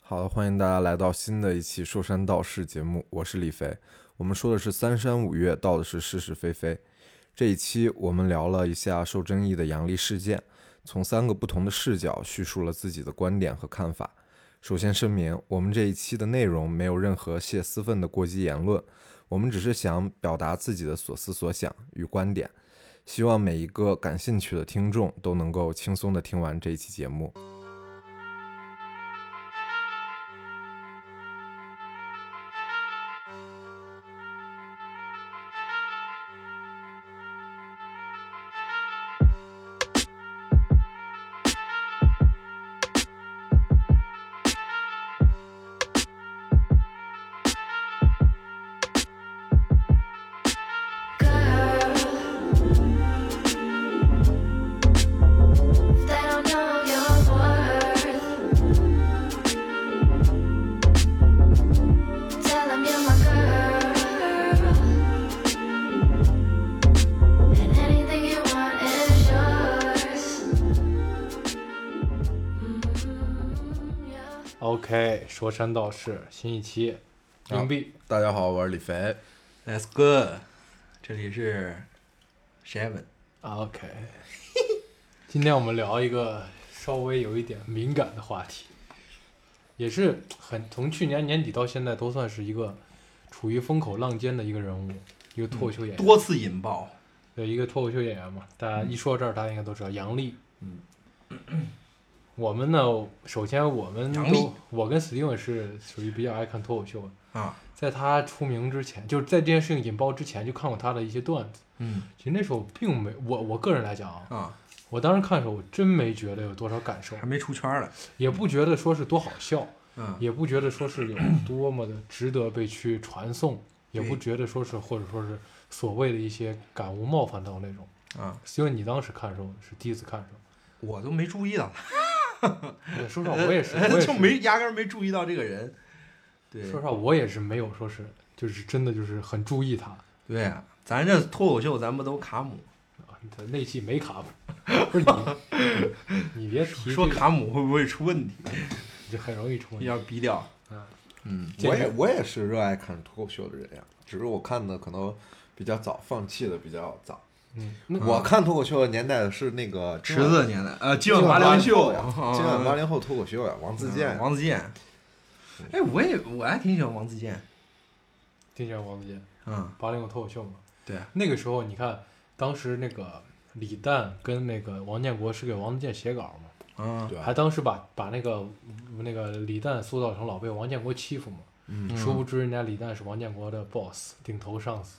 好的，欢迎大家来到新的一期《说山道事》节目，我是李飞。我们说的是三山五岳，道的是是是非非。这一期我们聊了一下受争议的杨笠事件，从三个不同的视角叙述了自己的观点和看法。首先声明，我们这一期的内容没有任何泄私愤的过激言论，我们只是想表达自己的所思所想与观点。希望每一个感兴趣的听众都能够轻松的听完这一期节目。 OK，说山道事新一期，好硬币大家好，我是李飞。 Let's go，这里是 Seven，啊 OK。今天我们聊一个稍微有一点敏感的话题，也是很从去年年底到现在都算是一个处于风口浪尖的一个人物，一个脱口秀演员，多次引爆，对，一个脱口秀演员嘛。大家一说到这儿，大家应该都知道杨笠。嗯。我们呢，首先我们杨笠都，我跟 Steven 是属于比较爱看脱口秀的。啊，在他出名之前，就是在这件事情引爆之前，就看过他的一些段子。嗯其实那时候并没我我个人来讲啊，啊，我当时看的时候，我真没觉得有多少感受还，没出圈儿嘞，也不觉得说是多好笑，嗯，也不觉得说是有多么的值得被去传颂，也不觉得说是或者说是所谓的一些感悟冒犯到那种。啊，因为你当时看的时候是第一次看的时候我都没注意 到，， 对说实话我也是，我也是呃就没压根儿没注意到这个人，对说实话我也是没有说是就是真的就是很注意他，对啊，咱这脱口秀咱不都卡姆？啊，他那期没卡姆，不是你， 你别提说这个卡姆会不会出问题？这很容易出问题。要低调，啊，嗯，这我也个我也是热爱看脱口秀的人呀，只是我看的可能比较早，放弃的比较早。嗯，那我看脱口秀的年代是那个池子年代，呃，今今晚八零哦后秀啊嗯呀，，今晚八零后脱口秀呀，王自健呀，王自健，哎，我也我还挺喜欢王自健，听见王自健啊，八零后脱口秀嘛，对啊，那个时候你看，当时那个李诞跟那个王建国是给王自健写稿嘛，啊，对吧还当时把把那个那个李诞塑造成老被王建国欺负嘛，嗯殊不知人家李诞是王建国的 boss 顶头上司，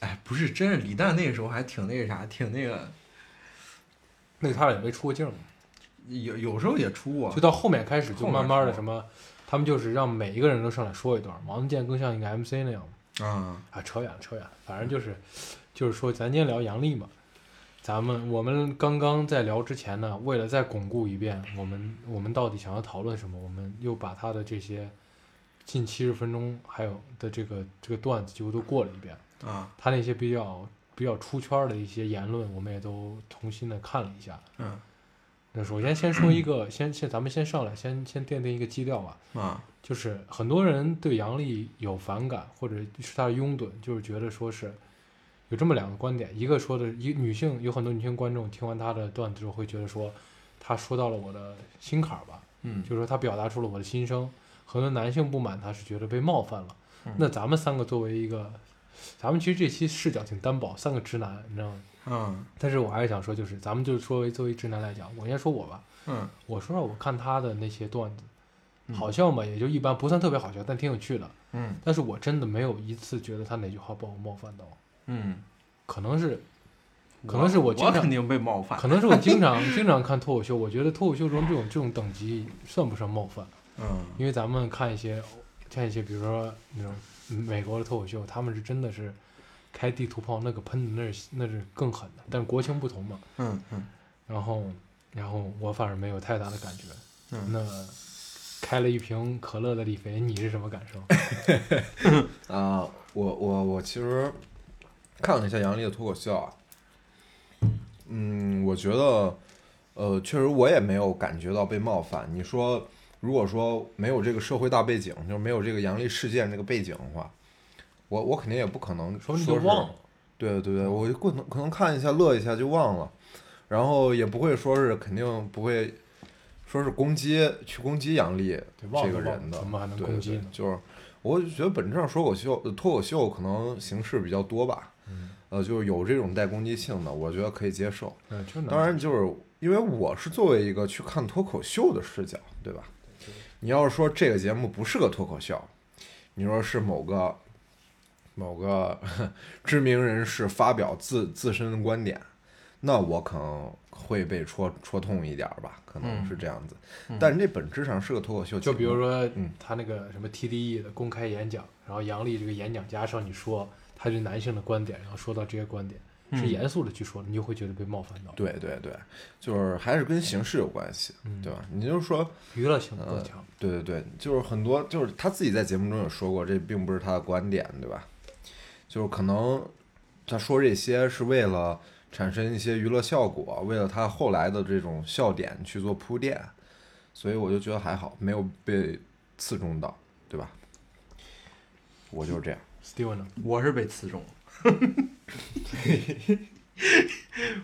哎，不是，真是李诞那个时候还挺那个啥，挺那个，那个他俩也没出镜嘛，有有时候也出过就，到后面开始就哦后面慢慢的出什么，他们就是让每一个人都上来说一段，王自健更像一个 MC 那样嘛。啊，啊，扯远了，扯远了，反正就是，就是说，咱今天聊杨笠嘛，咱们我们刚刚在聊之前呢，为了再巩固一遍我们我们到底想要讨论什么，我们又把他的这些近七十分钟还有的这个这个段子几乎都过了一遍，啊，他那些比较比较出圈的一些言论，我们也都重新的看了一下。嗯，那首先先说一个，先先咱们先上来，先先奠定一个基调吧。啊，就是很多人对杨笠有反感，或者是他的拥趸，就是觉得说是有这么两个观点，一个说的一女性有很多女性观众听完他的段子之后会觉得说，他说到了我的心坎儿吧，嗯就是说他表达出了我的心声。很多男性不满他是觉得被冒犯了。嗯那咱们三个作为一个，咱们其实这期视角挺单薄，三个直男，你知道吗？嗯但是我还是想说，就是咱们就是作为作为直男来讲，我先说我吧，嗯我说实话，我看他的那些段子，嗯好笑嘛，也就一般，不算特别好笑，但挺有趣的。嗯但是我真的没有一次觉得他哪句话把我冒犯到，嗯，可能是，可我能是我我经常肯定被冒犯，可能是我经常 经常看脱口秀，我觉得脱口秀中这种这种等级算不上冒犯，嗯因为咱们看一些看一些，比如说那种美国的脱口秀，他们是真的是开地图炮，那个喷的那是那是更狠的，但是国情不同嘛，嗯嗯然后，然后我反正没有太大的感觉。嗯那开了一瓶可乐的李飞，你是什么感受？啊，我我我其实看了一下杨笠的脱口秀啊，嗯，我觉得，呃，确实我也没有感觉到被冒犯。你说如果说没有这个社会大背景，就是没有这个杨笠事件这个背景的话，我我肯定也不可能说说不定就是忘了。对对对，我就可能可能看一下乐一下就忘了，然后也不会说是肯定不会说是攻击去攻击杨笠对忘这了个忘人了的，怎么还能对攻击对呢就是我就觉得本质上说口秀呃脱口秀可能形式比较多吧，呃，就是有这种带攻击性的，我觉得可以接受。嗯，就当然，就是因为我是作为一个去看脱口秀的视角，对吧？你要是说这个节目不是个脱口秀，你说是某个某个 知名人士发表自自身的观点，那我可能会被戳戳痛一点儿吧，可能是这样子。但是这本质上是个脱口秀节嗯就目，比如说嗯他那个什么 TDE 的公开演讲，然后杨笠这个演讲加上你说他对男性的观点，然后说到这些观点是严肃的去说的，你就会觉得被冒犯到。对对对，就是还是跟形式有关系，嗯对吧？你就说。娱乐性更强。对对对，就是很多，就是他自己在节目中也说过，这并不是他的观点，对吧？就是可能他说这些是为了产生一些娱乐效果，为了他后来的这种笑点去做铺垫，所以我就觉得还好，没有被刺中到，对吧？我就是这样， Steven 呢？我是被刺中了，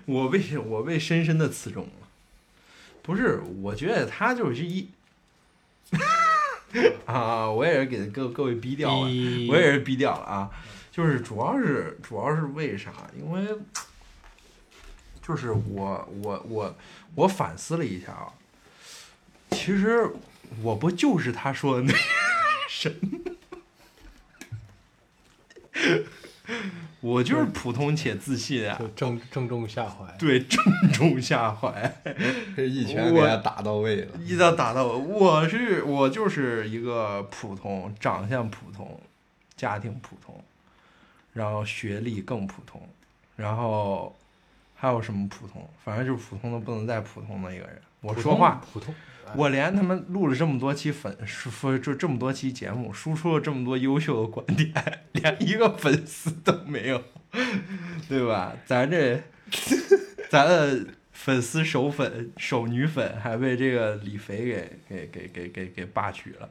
我被我被深深的刺中了。不是，我觉得他就是一 啊，我也是给各各位逼掉了，一我也是逼掉了啊。就是主要是主要是为啥？因为就是我我我我反思了一下啊，其实我不就是他说的那个神， 我就是普通且自信啊 就，正正中下怀。对，正中下怀。这一拳给他打到位了一刀打到我，我是我就是一个普通，长相普通，家庭普通，然后学历更普通，然后还有什么普通？反正就是普通的不能再普通的一个人。我普说通话，普通，哎我连他们录了这么多期粉，说就这么多期节目，输出了这么多优秀的观点，连一个粉丝都没有，对吧？咱这，咱的粉丝首粉首女粉还被这个李肥给给给给给给霸取了，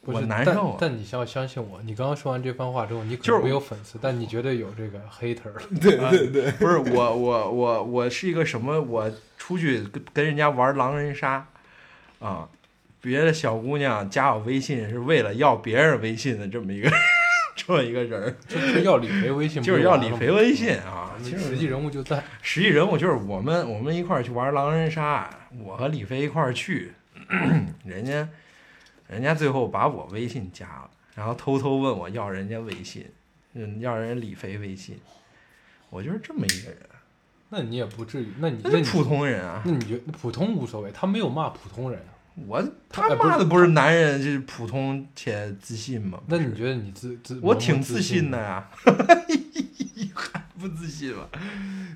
不我是难受啊但但你要相信我，你刚刚说完这番话之后，你可就是能没有粉丝，但你绝对有这个 hater 了。对对对，不是我我我我是一个什么？我出去跟跟人家玩狼人杀，啊，别的小姑娘加我微信是为了要别人微信的这么一个 这么一个人儿，就是要李肥微信，就是要李肥微信。啊。咱其们嗯实实际人物就在，实际人物就是我们我们一块儿去玩狼人杀，我和李飞一块儿去， 人家人家最后把我微信加了，然后偷偷问我要人家微信，嗯，要人家李飞微信，我就是这么一个人，那你也不至于，那你那那你就普通人啊。那你觉得普通无所谓，他没有骂普通人啊。我他他哎不是妈的不是男人，就是普通且自信嘛。那你觉得你自自盲目我挺自自信的吗？呀， 还不自信吗？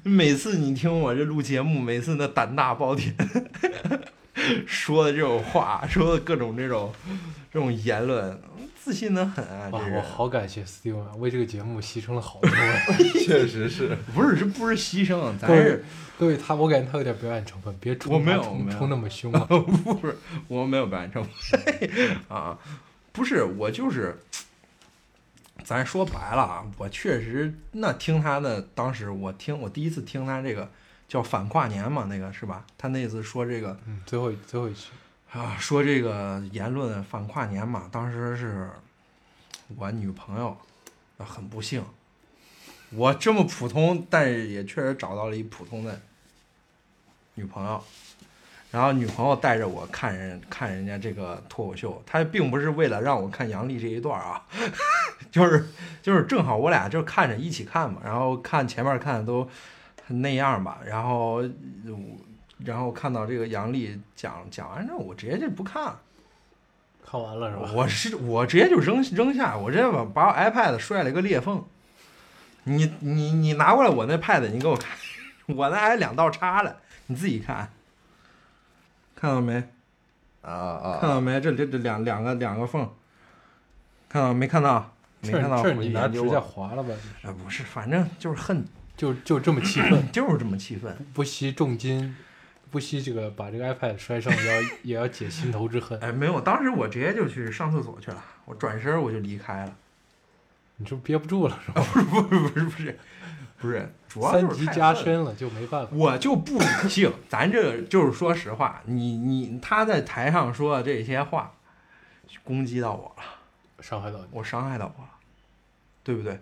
每次你听我这录节目，每次那胆大包天 说的这种话，说的各种这种这种言论，自信的很啊！哇这，我人好感谢 Steven 啊为这个节目牺牲了好 多啊。 确实是。不是这不是牺牲，咱各位是各位，他我感觉他有点表演成分，别冲我没有他我冲没有！冲那么凶啊 不是我没有完成 啊，不是我就是，咱说白了啊，我确实那听他的，当时我听我第一次听他这个叫反跨年嘛，那个是吧？他那次说这个嗯，最后一最后一期，啊，说这个言论反跨年嘛，当时是我女朋友，啊很不幸，我这么普通，但是也确实找到了一普通的女朋友，然后女朋友带着我看人看人家这个脱口秀，她并不是为了让我看杨笠这一段啊， 就是就是正好我俩就看着一起看嘛，然后看前面看的都那样吧，然后然后看到这个杨笠讲讲完之后，我直接就不看了。看完了是吧？我是我直接就扔扔下，我直接把把我 iPad 摔了一个裂缝。你你你拿过来我那 pad，你给我看，我那还两道插了，你自己看，看到没？啊啊！看到没？这这这两两个两个缝，看到没看到？没这看到？这回你去拿研究指甲我划了吧？啊，不是，反正就是恨，就就这么气愤， 就是这么气愤。不惜重金不惜这个把这个 iPad 摔伤，也要也要解心头之恨。哎，没有，当时我直接就去上厕所去了，我转身我就离开了。你这憋不住了是吧？不是 不是不是不是不是，主要三就是级太加恨了深了就没办法。我就不理性，咱这个就是说实话，你你他在台上说的这些话，攻击到我了，伤害到你，我伤害到我了，对不对？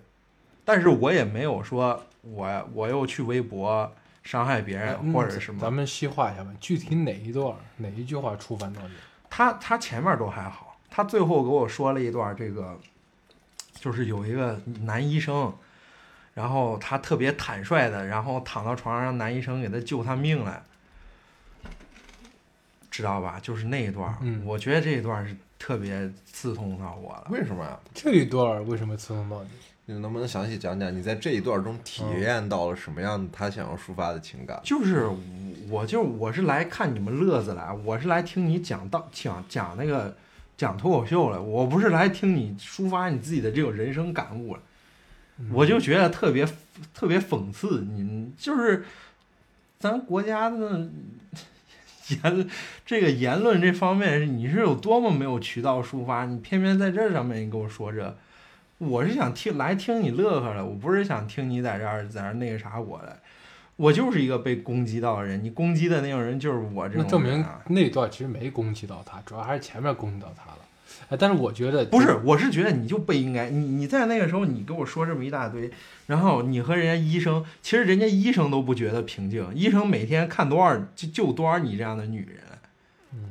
但是我也没有说我我又去微博伤害别人嗯或者什么咱，们细化一下吧，具体哪一段儿哪一句话触犯到你？他他前面都还好，他最后给我说了一段这个，就是有一个男医生，然后他特别坦率的，然后躺到床上让男医生给他救他命来，知道吧？就是那一段，嗯我觉得这一段是特别刺痛到我了。啊为什么呀？这一段儿为什么刺痛到你？你能不能详细讲讲你在这一段中体验到了什么样他想要抒发的情感？就是我我就我是来看你们乐子来，我是来听你讲道讲讲那个讲脱口秀了，我不是来听你抒发你自己的这种人生感悟了。嗯我就觉得特别特别讽刺，你就是咱国家的 言这个言论这方面，你是有多么没有渠道抒发，你偏偏在这上面你跟我说这，我是想听来听你乐呵的，我不是想听你在这儿在这儿那个啥我的，我就是一个被攻击到的人，你攻击的那种人就是我这那证种人明啊。那段其实没攻击到他，主要还是前面攻击到他了。哎，但是我觉得不是，我是觉得你就不应该，你你在那个时候你给我说这么一大堆，然后你和人家医生，其实人家医生都不觉得平静，医生每天看多少就就多少你这样的女人，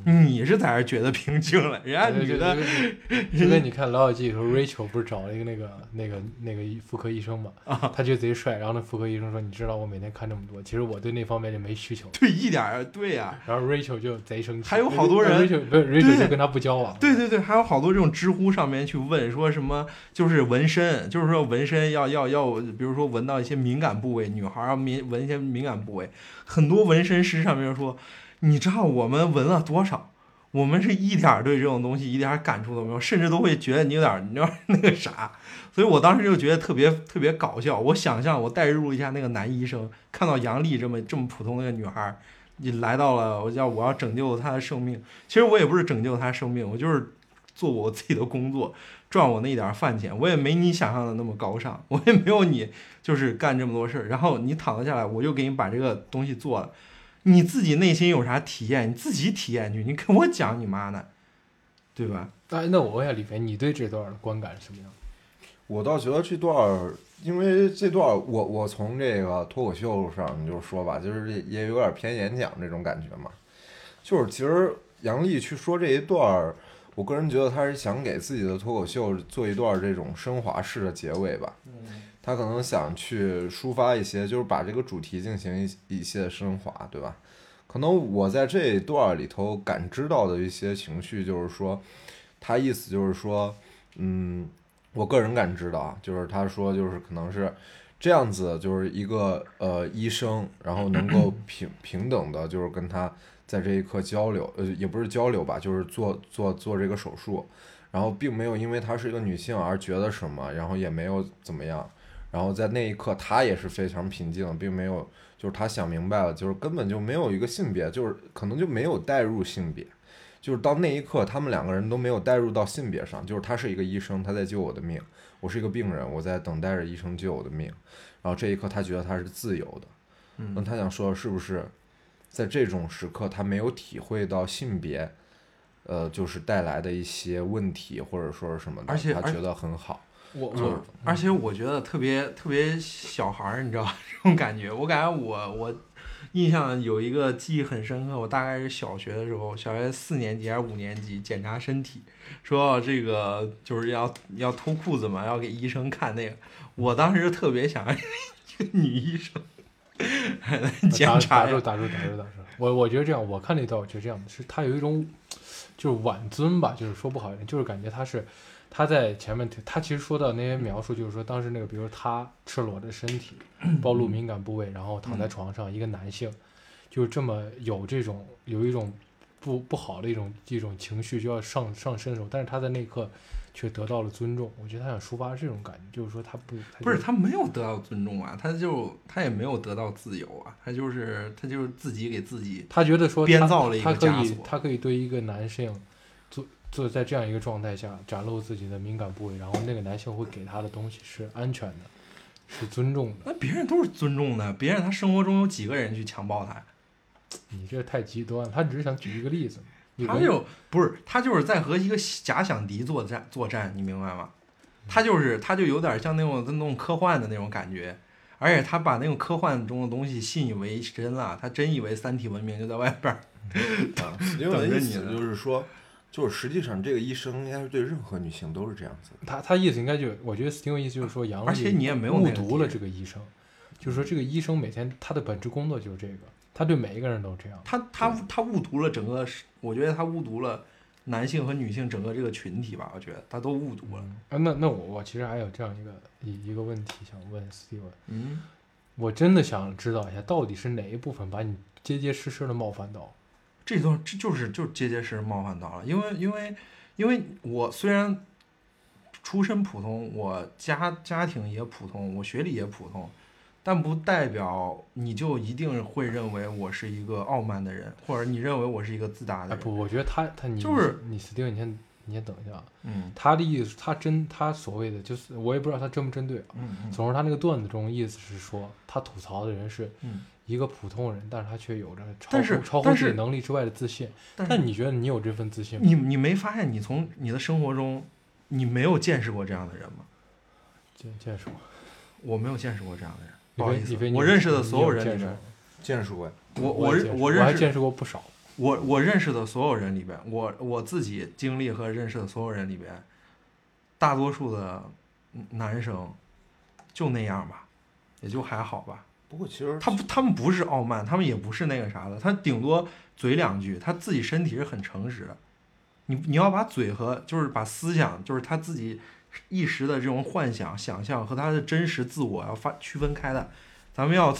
嗯，你是在这儿觉得平静了，人家对女对的对对就跟你看《老友记》的时候，Rachel 不是找了一个那个那个那个医妇科医生嘛，啊他觉得贼帅，然后那妇科医生说：“你知道我每天看这么多，其实我对那方面就没需求。对一点儿对呀、”然后 Rachel 就贼生气，还有好多人 Rachel 不是 Rachel 对就跟他不交往了，对对对，还有好多这种知乎上面去问说什么，就是纹身，就是说纹身要要要，比如说纹到一些敏感部位，女孩儿要敏纹一些敏感部位，很多纹身师上面就说，你知道我们纹了多少？我们是一点儿对这种东西一点儿感触都没有，甚至都会觉得你有点儿你有点儿那个啥，所以我当时就觉得特别特别搞笑。我想象我代入一下那个男医生，看到杨丽这么这么普通的一个女孩儿，你来到了，我要我要拯救她的生命。其实我也不是拯救她生命，我就是做我自己的工作，赚我那一点儿饭钱。我也没你想象的那么高尚， 我也没有你就是干这么多事儿。然后你躺了下来，我就给你把这个东西做了。你自己内心有啥体验，你自己体验去，你跟我讲你妈呢，对吧？哎，那我问一下李飞，你对这段的观感是什么样？我倒觉得这段儿，因为这段儿我我从这个脱口秀上你就说吧，就是也也有点偏演讲这种感觉嘛。就是其实杨笠去说这一段儿，我个人觉得他是想给自己的脱口秀做一段儿这种升华式的结尾吧。他可能想去抒发一些，就是把这个主题进行一一些升华，对吧？可能我在这一段儿里头感知到的一些情绪，就是说，他意思就是说，嗯，我个人感知的啊，就是他说就是可能是这样子，就是一个呃医生，然后能够平平等的，就是跟他在这一刻交流，呃，也不是交流吧，就是做做做这个手术，然后并没有因为她是一个女性而觉得什么，然后也没有怎么样，然后在那一刻她也是非常平静的，并没有就是她想明白了，就是根本就没有一个性别，就是可能就没有带入性别。就是到那一刻，他们两个人都没有带入到性别上，就是他是一个医生，他在救我的命，我是一个病人，我在等待着医生救我的命。然后这一刻，他觉得他是自由的。那嗯，他想说，是不是在这种时刻，他没有体会到性别，呃，就是带来的一些问题或者说是什么的，而且他而觉得很好。我就是我而且我觉得特别特别小孩儿，你知道吧 这种感觉。我感觉我我印象有一个记忆很深刻，我大概是小学的时候，小学四年级还是五年级检查身体，说哦这个就是要要脱裤子嘛，要给医生看那个。我当时特别想要 一个女医生 检查打呀住打住打住打住！我我觉得这样，我看那段我觉得这样的是，他有一种就是晚尊吧，就是说不好一点，就是感觉他是他在前面，他其实说到那些描述，就是说当时那个，比如他赤裸着身体，暴露嗯敏感部位，然后躺在床上，一个男性，就是这么有这种有一种不不好的一种一种情绪就要上上身手，但是他在那一刻却得到了尊重。我觉得他想抒发是这种感觉，就是说他不他不是就他没有得到尊重啊，他就他也没有得到自由啊，他就是他就是自己给自己他觉得说他编造了一个他可枷以锁他可以对一个男性做做在这样一个状态下展露自己的敏感部位，然后那个男性会给他的东西是安全的，是尊重的。那别人都是尊重的，别人他生活中有几个人去强暴他呀？你这太极端了，他只是想举一个例子。你他文就不是他就是在和一个假想敌作战作战，你明白吗？他就是他就有点像那种那种科幻的那种感觉，而且他把那种科幻中的东西信以为真了，他真以为三体文明就在外边儿。啊，因为我的等着意你思呢就是说，就是实际上这个医生应该是对任何女性都是这样子的。他他意思应该就，我觉得 Steven 意思就是说杨笠，而且你也没有哦误那个读敌了人这个医生，就是说这个医生每天他的本职工作就是这个，他对每一个人都这样。他他他误读了整个是，我觉得他误读了男性和女性整个这个群体吧，我觉得他都误读了。啊，那那我我其实还有这样一个一一个问题想问 Steven，嗯，我真的想知道一下，到底是哪一部分把你结结实实的冒犯到？这都这就是就是结结实实冒犯到了，因为因为因为我虽然出身普通，我家家庭也普通，我学历也普通，但不代表你就一定会认为我是一个傲慢的人，或者你认为我是一个自大的哎，人。不，我觉得他他你就是你 Steven，你先你先等一下啊，嗯他的意思他真他所谓的就是我也不知道他针不针对啊，嗯嗯总之他那个段子中意思是说他吐槽的人是。嗯，一个普通人，但是他却有着超但是乎超乎但自己是嗯能力之外的自信。但但是你觉得你有这份自信吗？你你没发现你从你的生活中你没有见识过这样的人吗？见见识过，我没有见识过这样的人，你不好非意你思非，你我有认识的你所有有人见里识边过，见识过，我我也见认识我我还认识见识过不少。我我认识的所有人里边，我我自己经历和认识的所有人里边，大多数的男生就那样吧，也就还好吧。不过其实他不，他们不是傲慢，他们也不是那个啥的，他顶多嘴两句，他自己身体是很诚实的。你你要把嘴和就是把思想，就是他自己一时的这种幻想、想象和他的真实自我要发区分开的。咱们要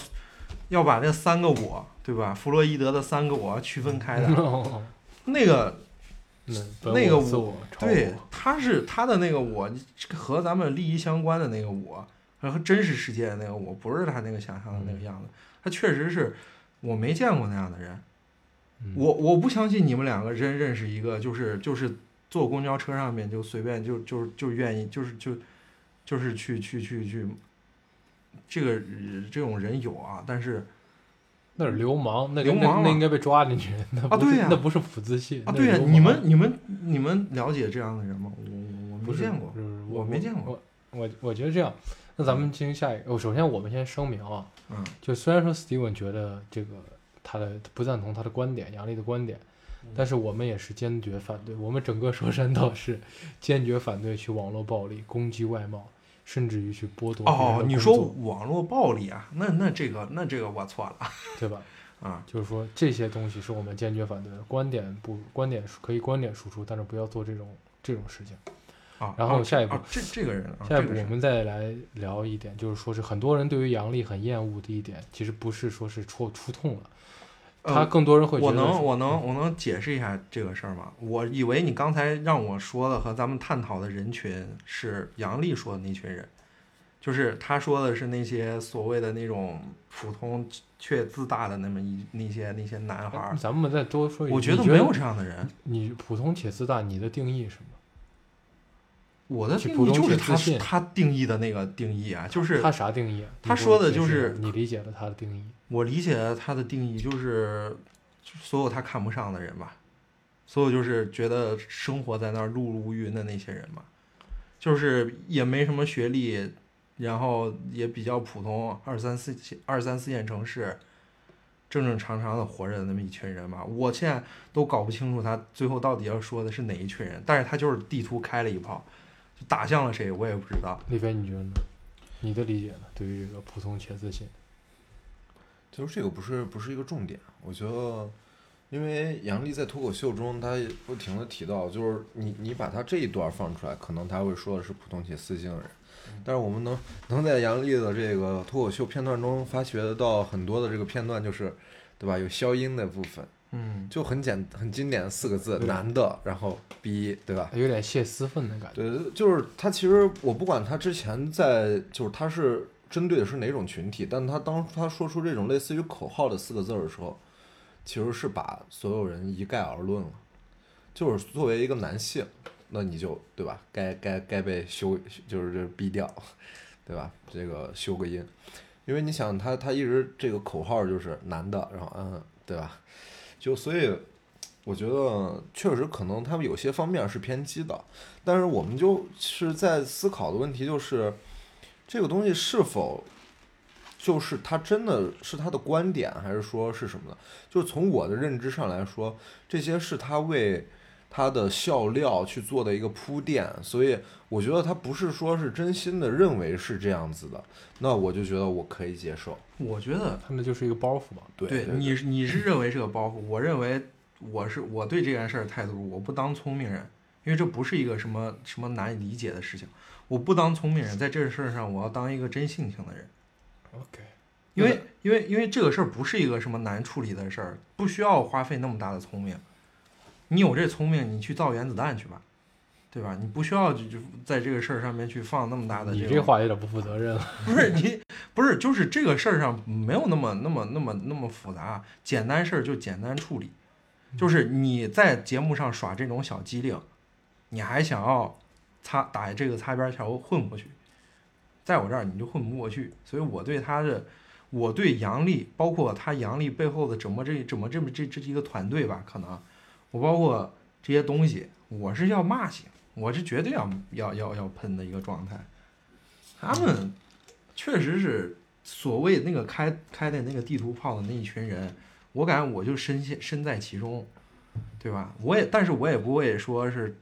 要把这三个我，对吧？弗洛伊德的三个我要区分 开的。嗯那个那本那个我自我我超对我，他是他的那个我和咱们利益相关的那个我，和真实世界的那个我，不是他那个想象的那个样子。他确实是我没见过那样的人。嗯我我不相信你们两个真认识一个，就是就是坐公交车上面就随便就就就愿意就是就就是去去去去，这个这种人有啊，但是那是流氓，那流那氓那嘛应该被抓进去。那啊不是对呀那不是普自信啊，那是对呀、流你氓们你们你们了解这样的人吗？我我我不没是见过不，是不是我没见过。我我我觉得这样，那咱们进行下一个。哦首先我们先声明啊，嗯，就虽然说 Steven 觉得这个他的不赞同他的观点，杨笠的观点，嗯但是我们也是坚决反对。我们整个说山道是坚决反对去网络暴力、攻击外貌，甚至于去剥夺别人的哦，你工说作网络暴力啊？那那这个那这个我错了对吧？啊！就是说这些东西是我们坚决反对的。观点不观点可以观点输出，但是不要做这种这种事情。啊，然后啊下一步啊这这个人啊，下一这步个我是们再来聊一点，就是说是很多人对于杨笠很厌恶的一点，其实不是说是戳触痛了，呃他更多人嗯会觉我得是、能我能我能解释一下这个事儿吗？我以为你刚才让我说的和咱们探讨的人群是杨笠说的那群人，就是他说的是那些所谓的那种普通却自大的那么一那些那些男孩哎儿。咱们再多说一句，我觉得你没有这样的人，你普通且自大，你的定义是什么？我的去定普义通就且是他自信他定义的那个定义啊，就是他啥定义啊？他你给说我的解就释是一下你理解了他的定义，我理解的他的定义就是，所有他看不上的人吧，所有就是觉得生活在那儿碌碌无云的那些人嘛，就是也没什么学历，然后也比较普通，二三四线二三四线城市，正正常常的活着的那么一群人嘛。我现在都搞不清楚他最后到底要说的是哪一群人，但是他就是地图开了一炮，就打向了谁我也不知道。丽飞你觉得呢？你的理解呢？对于这个普通且自信，就是这个不是不是一个重点，我觉得，因为杨笠在脱口秀中，他不停的提到，就是你你把他这一段放出来，可能他会说的是普通且私信的人，嗯但是我们能能在杨笠的这个脱口秀片段中发掘得到很多的这个片段，就是，对吧？有消音的部分，嗯，就很简很经典的四个字，对男的，然后逼，对吧？有点泄私愤的感觉。对，就是他其实我不管他之前在，就是他是针对的是哪种群体，但他当他说出这种类似于口号的四个字儿的时候，其实是把所有人一概而论了。就是作为一个男性，那你就对吧，该该该被修，就是这逼掉，对吧？这个修个音，因为你想他他一直这个口号就是男的，然后嗯，对吧？就所以我觉得确实可能他们有些方面是偏激的，但是我们就是在思考的问题就是，这个东西是否就是他真的是他的观点，还是说是什么呢？就是从我的认知上来说，这些是他为他的笑料去做的一个铺垫，所以我觉得他不是说是真心的认为是这样子的，那我就觉得我可以接受。我觉得他们就是一个包袱嘛，对对你是你是认为是个包袱，我认为我是我对这件事儿态度，我不当聪明人，因为这不是一个什么什么难以理解的事情，我不当聪明人，在这事儿上我要当一个真性情的人。 OK 因对为因为因为这个事儿不是一个什么难处理的事儿，不需要花费那么大的聪明。你有这聪明，你去造原子弹去吧，对吧？你不需要就就在这个事儿上面去放那么大的你种这话有点不负责任了。 不是你，不是就是这个事儿上没有那么那么那么那么复杂，简单事儿就简单处理。就是你在节目上耍这种小机灵，你还想要擦打这个擦边球混过去，在我这儿你就混不过去。所以我对他的，我对杨笠，包括他杨笠背后的整么这整么这么这这一个团队吧，可能我包括这些东西，我是要骂醒，我是绝对要要要要喷的一个状态。他们确实是所谓那个开开的那个地图炮的那一群人，我感觉我就深陷身在其中，对吧？我也，但是我也不会说是，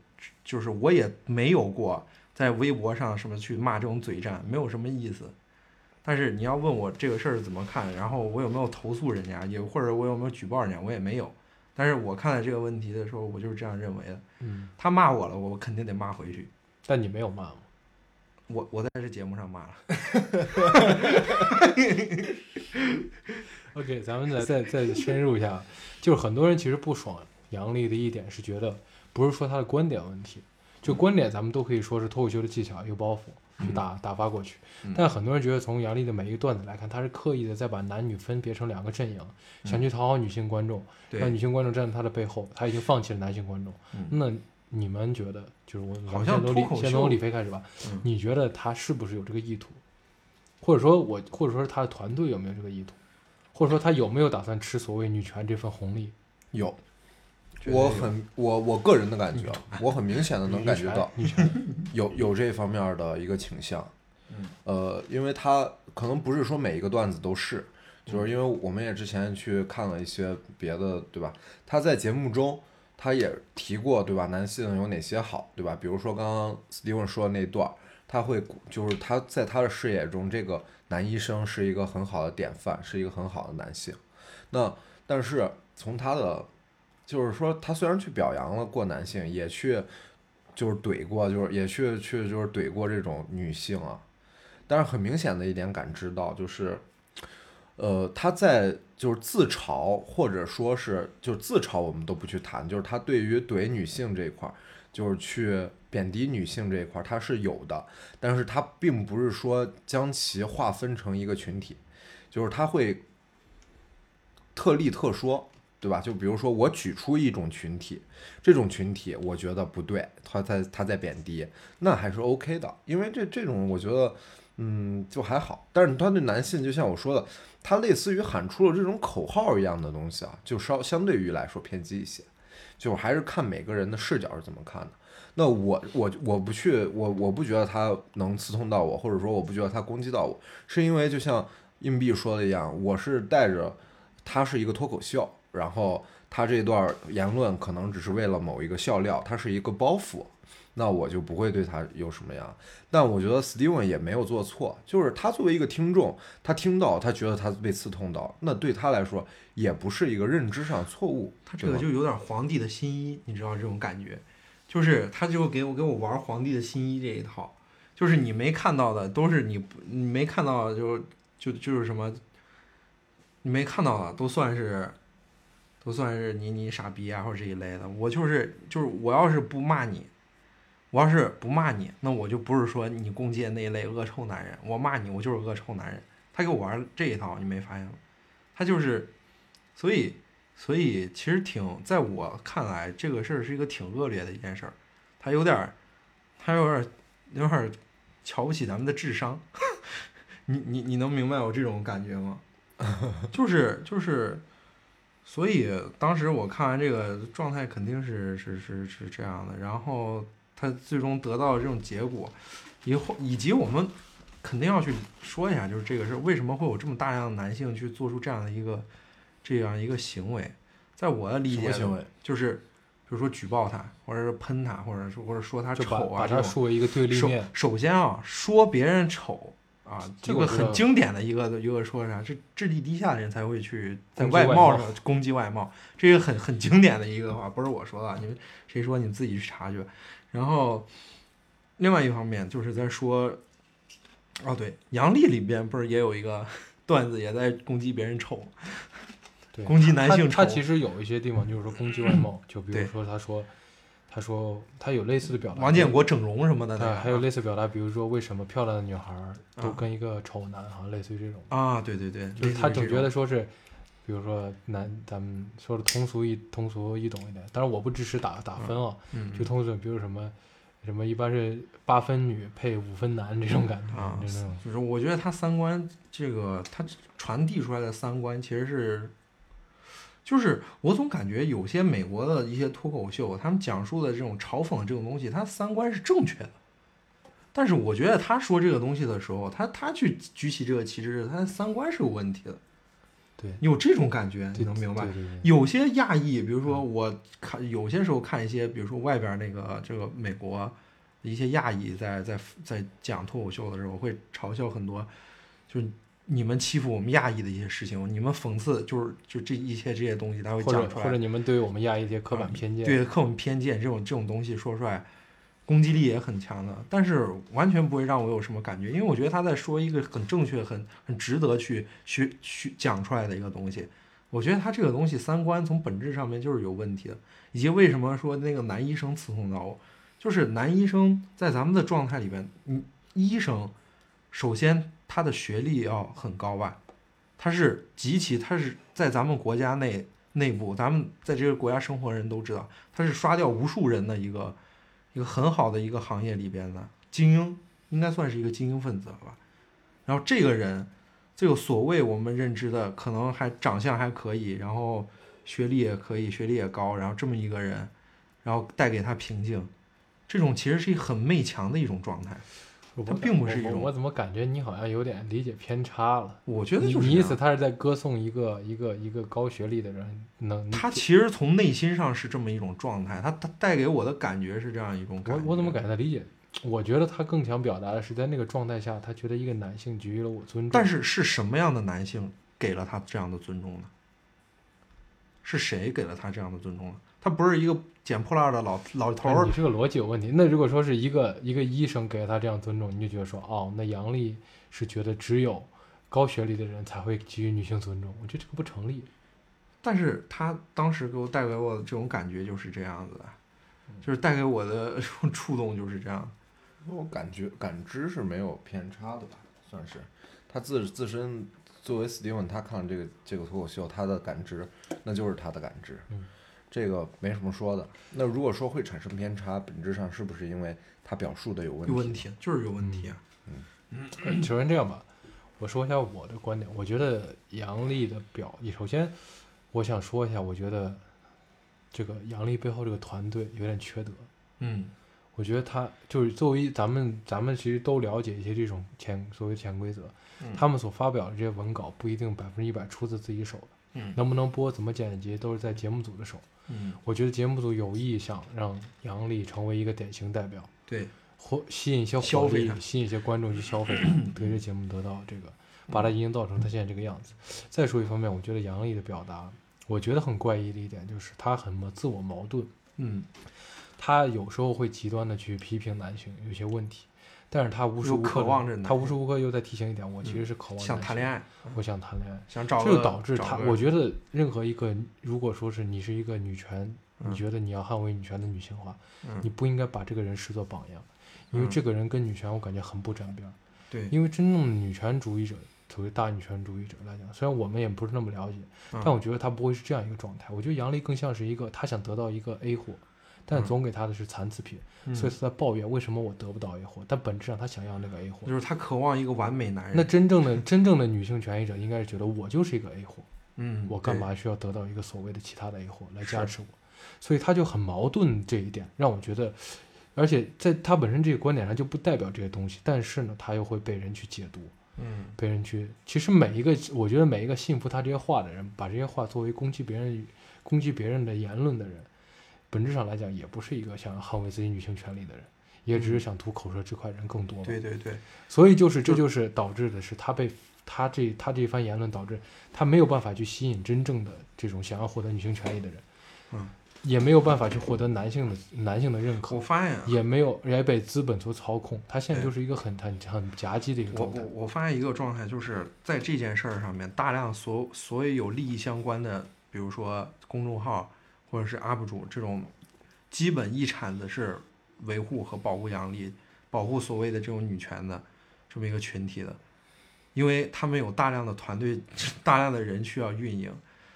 就是我也没有过在微博上什么去骂这种嘴战，没有什么意思。但是你要问我这个事儿怎么看，然后我有没有投诉人家，也或者我有没有举报人家，我也没有。但是我看待这个问题的时候，我就是这样认为的。嗯，他骂我了，我肯定得骂回去。但你没有骂嘛？我我在这节目上骂了。 OK，咱们再再再深入一下，就是很多人其实不爽杨笠的一点是觉得，不是说他的观点问题，就观点咱们都可以说是脱口秀的技巧一个包袱，去打打发过去。但很多人觉得从杨笠的每一个段子来看，他是刻意的在把男女分别成两个阵营，想去讨好女性观众，对让女性观众站在他的背后，他已经放弃了男性观众。嗯那你们觉得，就是我好像我们先脱口从李先从秀李飞开始吧，嗯你觉得他是不是有这个意图，或者说我，或者说是他的团队有没有这个意图，或者说他有没有打算吃所谓女权这份红利？有，绝对我有很我我个人的感觉啊，我很明显的能女感觉权到，女权， 有有这方面儿的一个倾向，嗯，呃，因为他可能不是说每一个段子都是，就是因为我们也之前去看了一些别的，对吧？他在节目中他也提过，对吧？男性有哪些好，对吧？比如说刚刚 Steven 说的那段儿，他会鼓就是他在他的视野中，这个男医生是一个很好的典范，是一个很好的男性。那但是从他的，就是说他虽然去表扬了过男性，也去就是怼过，就是也去去就是怼过这种女性啊，但是很明显的一点感知到就是，呃，他在就是自嘲或者说是就是自嘲，我们都不去谈，就是他对于怼女性这一块儿，就是去贬低女性这一块儿，他是有的，但是他并不是说将其划分成一个群体，就是他会特例特说，对吧？就比如说我举出一种群体，这种群体我觉得不对，他在他在贬低，那还是 OK 的，因为这这种我觉得，嗯，就还好。但是他对男性，就像我说的，他类似于喊出了这种口号一样的东西啊，就稍相对于来说偏激一些，就还是看每个人的视角是怎么看的。那我我我不去，我我不觉得他能刺痛到我，或者说我不觉得他攻击到我，是因为就像硬币说的一样，我是带着他是一个脱口秀，然后他这段言论可能只是为了某一个笑料，它是一个包袱，那我就不会对他有什么样。但我觉得 Steven 也没有做错，就是他作为一个听众，他听到他觉得他被刺痛到，那对他来说也不是一个认知上错误。他这个对吧就有点皇帝的新衣，你知道这种感觉，就是他就给我给我玩皇帝的新衣这一套，就是你没看到的都是你不你没看到的就就就是什么，你没看到的都算是都算是你你傻逼啊或者这一类的。我就是就是我要是不骂你，我要是不骂你，那我就不是说你攻击的那一类恶臭男人，我骂你我就是恶臭男人。他给我玩这一套，你没发现吗？他就是，所以所以其实挺在我看来，这个事儿是一个挺恶劣的一件事儿，他有点儿他有点儿有点儿瞧不起咱们的智商。 你你你能明白我这种感觉吗？ 就是就是，所以当时我看完这个状态肯定是是是是这样的，然后他最终得到这种结果，以后以及我们肯定要去说一下，就是这个事儿为什么会有这么大量的男性去做出这样的一个这样一个行为，在我的理什解么行呢为？就是比如说举报他，或者是喷他，或者说或者说他就把丑啊把这它种。树为一个对立首面，首先啊，说别人丑啊，这这个个我知道很经典的一个一个说啥，这智力低下的人才会去在攻击外外貌貌上攻击外貌，这个很很经典的一个话，不是我说的啊，你们谁说你们自己去查去。然后，另外一方面就是在说，哦对，杨笠里边不是也有一个 段子，也在攻击别人丑，对攻击男他性丑他，其实有一些地方就是说攻击外 貌，就比对如说他说，他说他有类似的表达，王建国整容什么的那对，个啊，还有类似表达，比如说为什么漂亮的女孩儿都跟一个丑男，好像类似于这种，啊，对对对，就是他总类似于这种觉得说是，比如说男，咱们说的通俗易通俗易懂一点，但是我不支持打打分啊，嗯就通俗，比如什么什么一般是八分女配五分男这种感觉，啊就那种就是我觉得他三观这个他传递出来的三观其实是，就是我总感觉有些美国的一些脱口秀，他们讲述的这种嘲讽这种东西，他三观是正确的。但是我觉得他说这个东西的时候，他他去举起这个旗帜，他的三观是有问题的。对，有这种感觉，你对能明白？对对对有些亚裔，比如说嗯我看有些时候看一些，比如说外边儿那个这个美国一些亚裔在在在讲脱口秀的时候，会嘲笑很多，就是你们欺负我们亚裔的一些事情，你们讽刺就是就这一切这些东西，他会或者讲出或者来，啊你们对我们亚裔一些刻板偏见，嗯对刻板偏见这种这种东西说出来，攻击力也很强的，但是完全不会让我有什么感觉，因为我觉得他在说一个很正确、很很值得去学去讲出来的一个东西。我觉得他这个东西三观从本质上面就是有问题的，以及为什么说那个男医生刺痛到我，就是男医生在咱们的状态里边，你医生首先他的学历要很高吧，他是极其他是在咱们国家内内部，咱们在这个国家生活的人都知道，他是刷掉无数人的一个一个很好的一个行业里边的精英，应该算是一个精英分子了吧。然后这个人，这个所谓我们认知的，可能还长相还可以，然后学历也可以，学历也高，然后这么一个人，然后带给他平静，这种其实是一个很媚强的一种状态。我它感并不是一我种我怎么感觉你好像有点理解偏差了？我觉得你就是你这意样思，他是在歌颂一个一个一个高学历的人，能他其实从内心上是这么一种状态，他他带给我的感觉是这样一种感我觉。我怎么？感觉理解？我觉得他更想表达的是，在那个状态下，他觉得一个男性给予了我尊重。但是是什么样的男性给了他这样的尊重呢？是谁给了他这样的尊重呢？他不是一个捡破烂的老老头哎儿你，这个逻辑有问题。那如果说是一个一个医生给了他这样尊重，你就觉得说，哦，那杨笠是觉得只有高学历的人才会给予女性尊重，我觉得这个不成 立。但是他当时给我带给我的这种感觉就是这样子的，嗯就是带给我的这种触动就是这样。我感觉感知是没有偏差的吧，算是他自自身作为 Steven，他看了这个这个脱口秀，他的感知那就是他的感知，嗯这个没什么说的。那如果说会产生偏差，本质上是不是因为他表述的有问有题？问题，就是有问嗯题啊。首先这样吧，我说一下我的观点。我觉得杨笠的表，首先我想说一下，我觉得这个杨笠背后这个团队有点缺德。嗯我觉得他就是作为咱们咱们其实都了解一些这种潜所谓潜规则，嗯他们所发表的这些文稿不一定百分之一百出自自己手的，嗯能不能播、怎么剪辑都是在节目组的手。嗯，我觉得节目组有意想让杨笠成为一个典型代表，对，或吸引一些消火费力他，吸引一些观众去消费 他，对这节目得到这个，把它营造成他现在这个样子。再说一方面，我觉得杨笠的表达，我觉得很怪异的一点就是他很矛自我矛盾，嗯他有时候会极端的去批评男性有些问题，但是他无时又无刻渴地望着男他人无时无刻又在提醒一点，我其实是渴望想谈恋爱，爱，我想谈恋爱，想找这就个导致找他，个我觉得任何一个，如果说是你是一个女权，嗯你觉得你要捍卫女权的女性化，嗯你不应该把这个人视作榜样，因为嗯这个人跟女权我感觉很不沾边儿。对，因为真正的女权主义者，所谓大女权主义者来讲，虽然我们也不是那么了解，嗯但我觉得他不会是这样一个状态。我觉得杨笠更像是一个他想得到一个 A 货，但嗯总给他的是残次品，所以他在抱怨为什么我得不到 A 货，但本质上他想要那个 A 货。就是他渴望一个完美男人。那真正的真正的女性权益者应该是觉得我就是一个 A 货。嗯，我干嘛需要得到一个所谓的其他的 A 货来加持我？所以他就很矛盾这一点，让我觉得，而且在他本身这个观点上就不代表这些东西，但是呢，他又会被人去解读，对？嗯，被人去。其实每一个，我觉得每一个信服他这些话的人，把这些话作为攻击别人、攻击别人的言论的人，本质上来讲，也不是一个想捍卫自己女性权利的人，也只是想图口舌之快，人更多嘛。嗯对对对，所以就是就这就是导致的是他被他这他这一番言论导致他没有办法去吸引真正的这种想要获得女性权益的人，嗯，也没有办法去获得男性的男性的认可我，发现啊也没有也被资本所操控，他现在对就是一个很很很夹击的一个我状态我，我发现一个状态，就是在这件事儿上面，大量所所有有利益相关的，比如说公众号或者是 UP 主这种，基本一产子是维护和保护杨笠，保护所谓的这种女权的这么一个群体的，因为他们有大量的团队， 大量的人需要运营，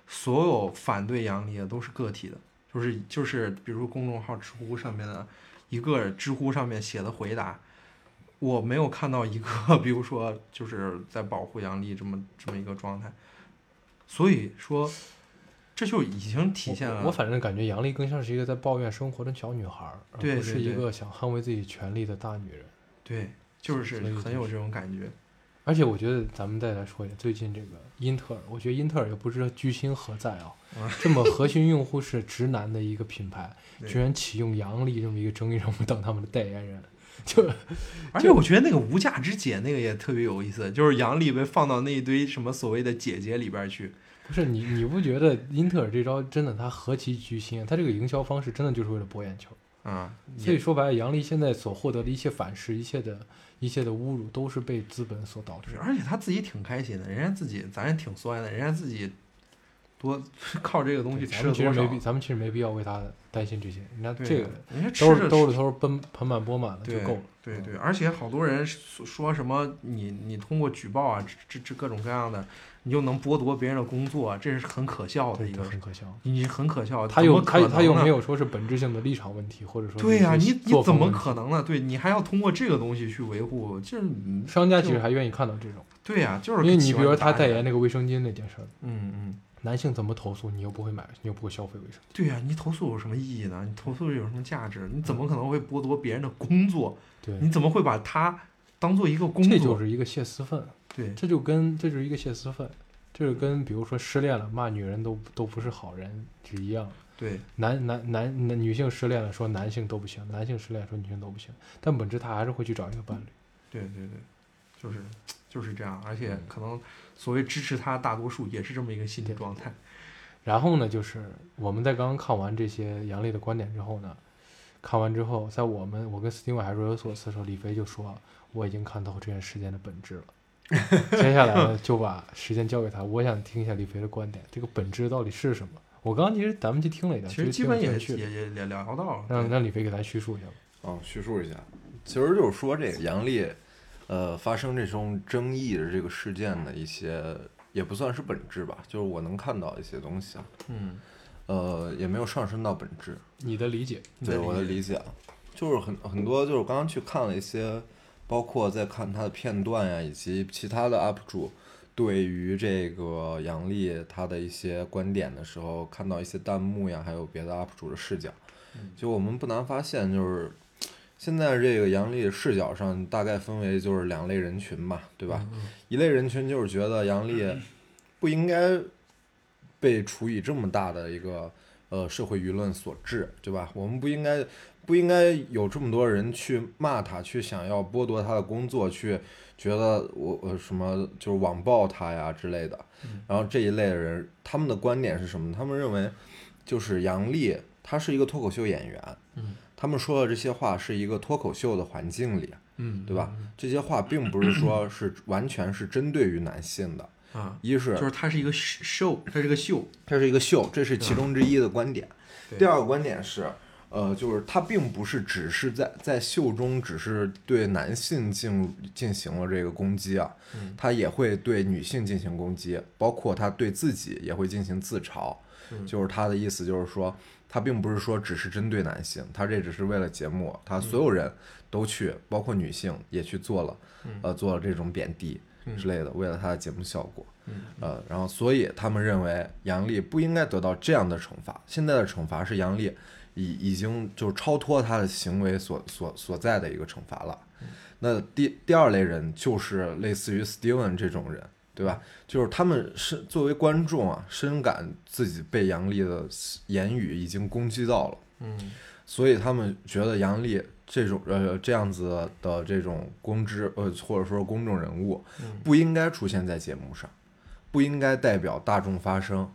所有反对杨笠的都是个体的，就是就是比如公众号、知乎上面的一个知乎上面写的回答。我没有看到一个， 比如说就是在保护杨笠这么这么一个状态，所以说，这就已经体现了我我反正感觉杨笠更像是一个在抱怨生活的小女孩儿，而对不对是一对个想捍卫自己权利的大女人。对，就是所以很就有是这种感觉。而且我觉得咱们再来说一下最近这个英特尔，我觉得英特尔也不知道居心何在啊 嗯。这么核心用户是直男的一个品牌， 对居然启用杨笠这么一个争议，让我们当他们的代言人，就 而且我觉得那个无价之姐那个也特别有意思，就是杨笠被放到那一堆什么所谓的姐姐里边去。不是你你不觉得英特尔这招真的他何其居心啊？他这个营销方式真的就是为了博眼球。啊，所以也说白了，杨笠现在所获得的一切反噬、一切的一切的侮辱，都是被资本所导致是的。而且他自己挺开心的，人家自己咱也挺酸的，人家自己多 靠这个东西对吃咱了们其实多没少必，，咱们其实没必要为他担心这些，人家对这个人家吃兜着着兜着兜着奔盆满钵满了就对够了。对嗯对，而且好多人说说什么你你通过举报啊，这这这各种各样的，你就能剥夺别人的工作，啊这是很可笑的对，一个这，很可笑。你很可笑。他怎又么可他他又能呢没有说是本质性的立场问题，或者说对呀、呀、你你怎么能？可能呢？对你还要通过这个东西去维护，就是你商家其实就还愿意看到这种，对呀、就是因为你喜比欢如说他打代你言，那个卫生巾那件事儿，嗯嗯，男性怎么投诉你又不会买，你又不会消费卫生对呀、你投诉有什么意义呢？你投诉有什么价值？你怎么可能会剥夺别人的工作？巾，你怎么会把它当做一个工对，这作？就是一个泄私愤，对这就跟这就是一个泄私愤，这就跟比如说失恋了骂女人都都不是好人是一样的。对男男男男女性失恋了说男性都不行，男性失恋说女性都不行，但本质他还是会去找一个伴侣。对对对，就是就是这样，而且可能所谓支持他大多数也是这么一个心理对状态。然后呢，就是我们在刚刚看完这些杨笠的观点之后呢，看完之后，在我们我跟斯蒂文还若有所思的时候，李飞就说我已经看透这件事件的本 质了。接下来呢，就把时间交给他，我想听一下李飞的观点，这个本质到底是什么？我刚刚其实咱们去听了一点，其实基本挺有也趣的也也也聊嗯到了，让对让李飞给咱叙述一下吧。啊，叙述一下，其实就是说这个杨笠，呃，发生这种争议的这个事件的一些，也不算是本质吧，就是我能看到一些东西啊，嗯，呃，也没有上升到本质。你的理解，你对的我的理理解啊，就是很很多，就是我刚刚去看了一些，包括在看他的片段呀、以及其他的 UP 主对于这个杨笠他的一些观点的时候，看到一些弹幕呀，还有别的 UP 主的视角，嗯就我们不难发现，就是现在这个杨笠视角上大概分为就是两类人群嘛，对吧？嗯一类人群就是觉得杨 笠不应该被处以这么大的一个呃社会舆论所致，对吧？我们不应该不应该有这么多人去骂他，去想要剥夺他的工作，去觉得我呃什么就是网暴他呀之类的。嗯然后这一类的人，他们的观点是什么？他们认为就是杨笠嗯他是一个脱口秀演员，他们说的这些话是一个脱口秀的环境里，嗯对吧？这些话并 不是说是完全是针对于男性的，啊，一就是是它是一个 show，它是个秀，它是一个秀，这是其中之一的观点。对第二个观点是，呃，就是它并不是只是在在秀中只是对男性进进行了这个攻击啊，嗯他也会对女性进行攻击，包括他对自己也会进行自嘲。嗯就是他的意思就是说，他并不是说只是针对男性，他这只是为了节目，他所嗯有人都去，包括女性也去做了，嗯呃，做了这种贬低之类的，为了他的节目效果。呃，然后所以他们认为杨笠不应该得到这样的惩罚。现在的惩罚是杨笠已已经就超脱他的行为所所所在的一个惩罚了。那第第二类人就是类似于 Steven 这种人，对吧？就是他们是作为观众啊，深感自己被杨笠的言语已经攻击到了，嗯所以他们觉得杨笠这种呃这样子的这种公知呃或者说公众人物嗯不应该出现在节目上，不应该代表大众发声。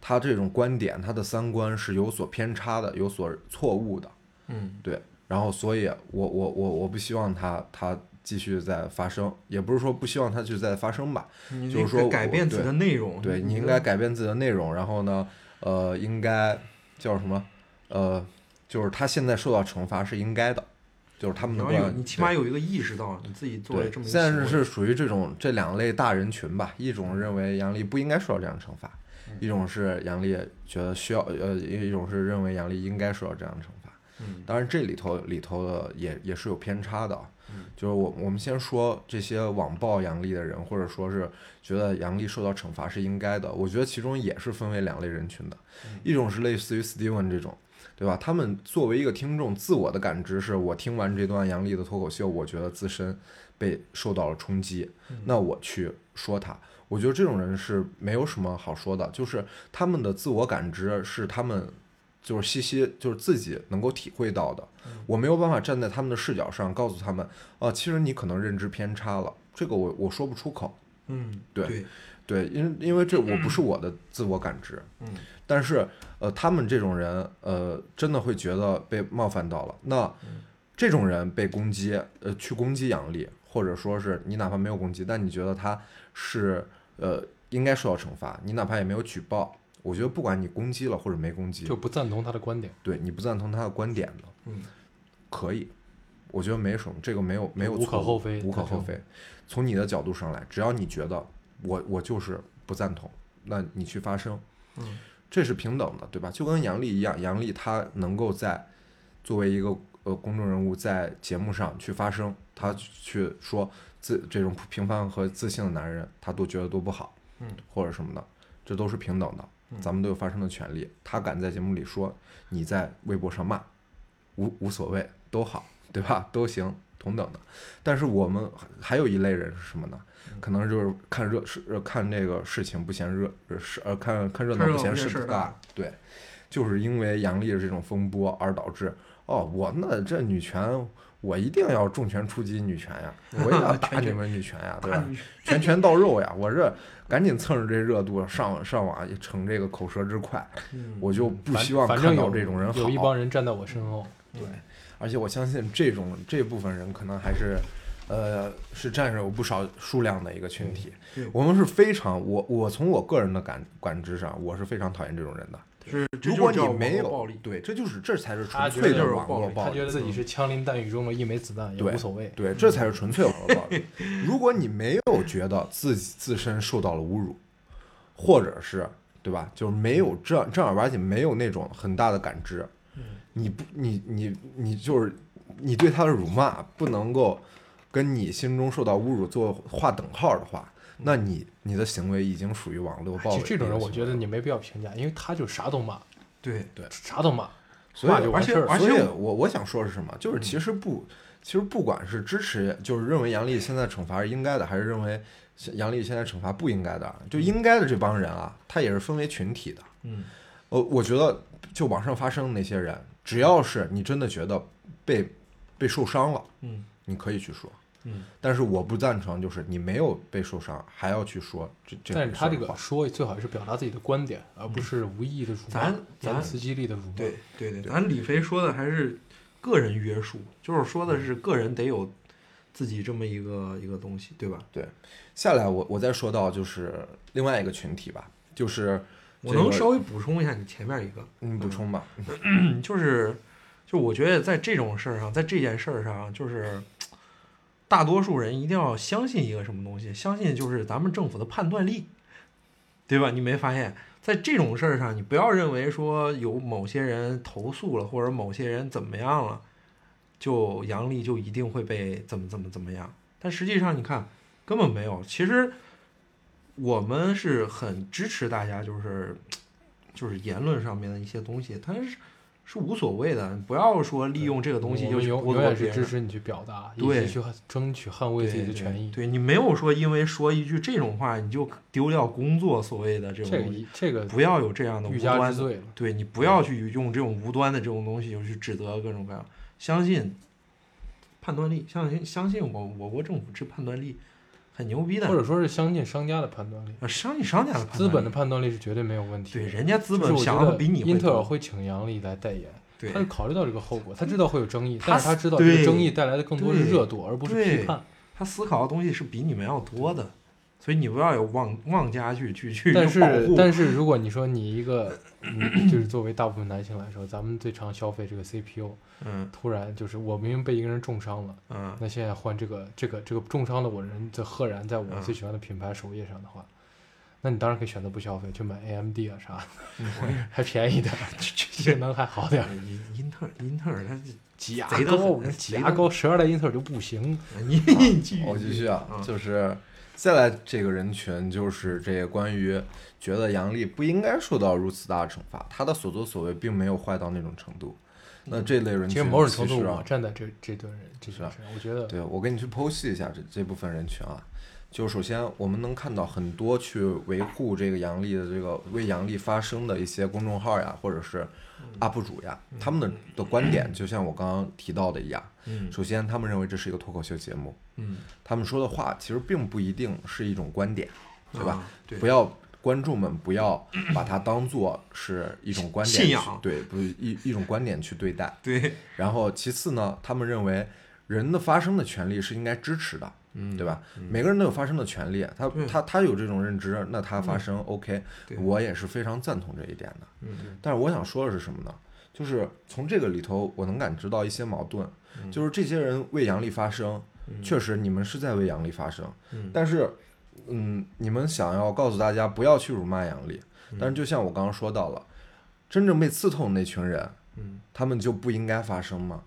他这种观点，他的三观是有所偏差的，有所错误的。嗯对，然后所以我，我我我不希望他他继续再发生，也不是说不希望他去再发生吧，嗯，就是说改我变自己对的内容，对你应的该改变自己的内容，然后呢，呃，应该叫什么？呃，就是他现在受到惩罚是应该的，就是他们你的要观有，你起码有一个意识到你自己做了对这，么一个现行在为是属于这种这两类大人群吧，一种认为杨笠不应该受到这样的惩罚，嗯一种是杨笠觉得需要，呃，一种是认为杨笠应该受到这样的惩罚。嗯当然，这里头里头的也也是有偏差的啊嗯，就是我我们先说这些网暴杨笠的人，或者说是觉得杨笠受到惩罚是应该的，我觉得其中也是分为两类人群的，嗯一种是类似于 Steven 这种，对吧？他们作为一个听众，自我的感知是我听完这段杨笠的脱口秀，我觉得自身被受到了冲击，嗯那我去说他。我觉得这种人是没有什么好说的，就是他们的自我感知是他们就是西西就是自己能够体会到的，我没有办法站在他们的视角上告诉他们，啊，其实你可能认知偏差了，这个我我说不出口，嗯对对，因为因为这我不是我的自我感知，嗯但是呃，他们这种人，呃，真的会觉得被冒犯到了。那这种人被攻击，呃，去攻击杨笠，或者说是你哪怕没有攻击，但你觉得他是呃应该受到惩罚，你哪怕也没有举报，我觉得不管你攻击了或者没攻击，就不赞同他的观点。对你不赞同他的观点的，嗯可以，我觉得没什么，这个没有没有无可哎错误厚非无可那厚种非。从你的角度上来，只要你觉得我我就是不赞同，那你去发声，嗯，这是平等的，对吧？就跟杨笠一样，杨笠他能够在作为一个呃公众人物在节目上去发声，他去说自这种平凡和自信的男人，他都觉得多不好，嗯，或者什么的，这都是平等的。咱们都有发声的权利。他敢在节目里说，你在微博上骂，无无所谓，都好，对嗯吧？都行，同等的。但是我们还还有一类人是什么呢？嗯可能就是看热事，呃看这个事情不嫌热，呃是呃看看热闹看热不闹嫌不嫌事事儿大大，对，就是因为杨笠的这种风波而导致，哦，我那这女权。我一定要重拳出击女权呀！我也要打全你拳们女权呀，对大吧？女拳拳到肉呀！我这赶紧蹭着这热度上上网逞这个口舌之快，嗯我就不反希望反看正到有这种人有一帮好。人站在我身后，而且我相信这种这部分人可能还是，呃，是占有不少数量的一个群体对对。我们是非常我我从我个人的感感知上，我是非常讨厌这种人的。是这如就果你叫网没络有暴力，对，这就是这才是他纯觉粹得的就是网暴络力暴他力觉。得自己是枪林弹雨中的一枚子弹，也嗯对无所谓。对，这才是纯粹网络暴 力。如果你没有觉得自己自身受到了侮辱，或者是对吧，就是没有正正儿八经没有那种很大的感知，嗯你不你你你就是你对他的辱骂不能够跟你心中受到侮辱做划等号的话，那你你的行为已经属于网络暴嗯其力的实一个行为了。这种人，我觉得你没必要评价，因为他就啥都骂，对啥都骂，所以骂就完事儿了。而且所以我我我想说的是什么？就是其实不，其实不管是支持，就是认为杨笠现在惩罚是应该的，还是认为杨笠现在惩罚不应该的，嗯就应该的这帮人啊，他也是分为群体的。嗯呃，我觉得就网上发生的那些人，只要是你真的觉得被被受伤了，嗯你可以去说。嗯但是我不赞成，就是你没有被受伤，还要去说这这。但是他这个话，说最好是表达自己的观点，而不是无意义的辱骂咱，咱言辞激励的辱骂。对对对，咱李飞说的还是个人约束，就是说的是个人得有自己这么一个一个东西，对吧？下来我我再说到就是另外一个群体吧，就是我这能个稍微补充一下你前面一个，你补充吧，嗯，就是就我觉得在这种事儿上，在这件事儿上，就是大多数人一定要相信一个什么东西，相信就是咱们政府的判断力，对吧？你没发现，在这种事儿上，你不要认为说有某些人投诉了，或者某些人怎么样了，就杨笠就一定会被怎么怎么怎么样。但实际上，你看根本没有。其实我们是很支持大家，就是就是言论上面的一些东西，它是是无所谓的，不要说利用这个东西我就们去永剥永夺远别是支。人持你去表达，以对及去争取捍卫对自己的对权益。对你没有说因为说一句这种话你就丢掉工作，所谓的这种这个东西，一这个不要有这样的无欲加端之的，罪了。对你不要去用这种无端的这种东西就去指责各种各样，相信判断力，相信相信我我国政府之判断力很牛逼的或，者说是相信商家的判断力，呃，商信商家的判断资力本的判断力是绝对没有问题对的。人家资就是本我想觉的得比你会英特尔多，会请杨笠来代言，对他是考虑到这个后果，他知道会有争议，他但是他知道这个对争议带来的更多是对热度，而不是对批判。他思考的东西是比你们要多的，所以你不要有妄妄加去去去但保是护，但是如果你说你一个，嗯就是作为大部分男性来说，咱们最常消费这个 CPU，嗯突然就是我明明被一个人重伤了，嗯那现在换这个这个这个重伤的我人，这赫然在我嗯最喜欢的品牌首页上的话，那你当然可以选择不消费，去买 AMD 啊啥 的，还便宜点儿，性能还好点儿。英英特尔英特尔它挤牙贼得膏，很我跟挤贼牙得膏，十二代英特尔就不行。 你你继续我继续啊嗯，就是再来这个人群，就是这个关于觉得杨笠不应该受到如此大的惩罚，他的所作所为并没有坏到那种程度。那这类人群其实某种程度，实啊我站在这这堆人这是件啊事上，我觉得对我给你去剖析一下这这部分人群啊。就首先，我们能看到很多去维护这个杨笠的这个为杨笠发声的一些公众号呀，或者是嗯 UP 主呀，他们的的观点就像我刚刚提到的一样。嗯首先，他们认为这是一个脱口秀节目，嗯，他们说的话其实并不一定是一种观点，对吧？啊？对不要观众们不要把它当做是一种观点信去仰对，不是一一种观点去对待。对，然后其次呢，他们认为人的发声的权利是应该支持的，嗯对吧？每个人都有发声的权利，他对嗯他他有这种认知，那他发声、OK，对我也是非常赞同这一点的。嗯但是我想说的是什么呢？就是从这个里头，我能感知到一些矛盾，嗯就是这些人为杨笠发声，确实你们是在为杨笠发声，嗯但是，嗯，你们想要告诉大家不要去辱骂杨笠，但是就像我刚刚说到了，真正被刺痛的那群人，嗯他们就不应该发声吗？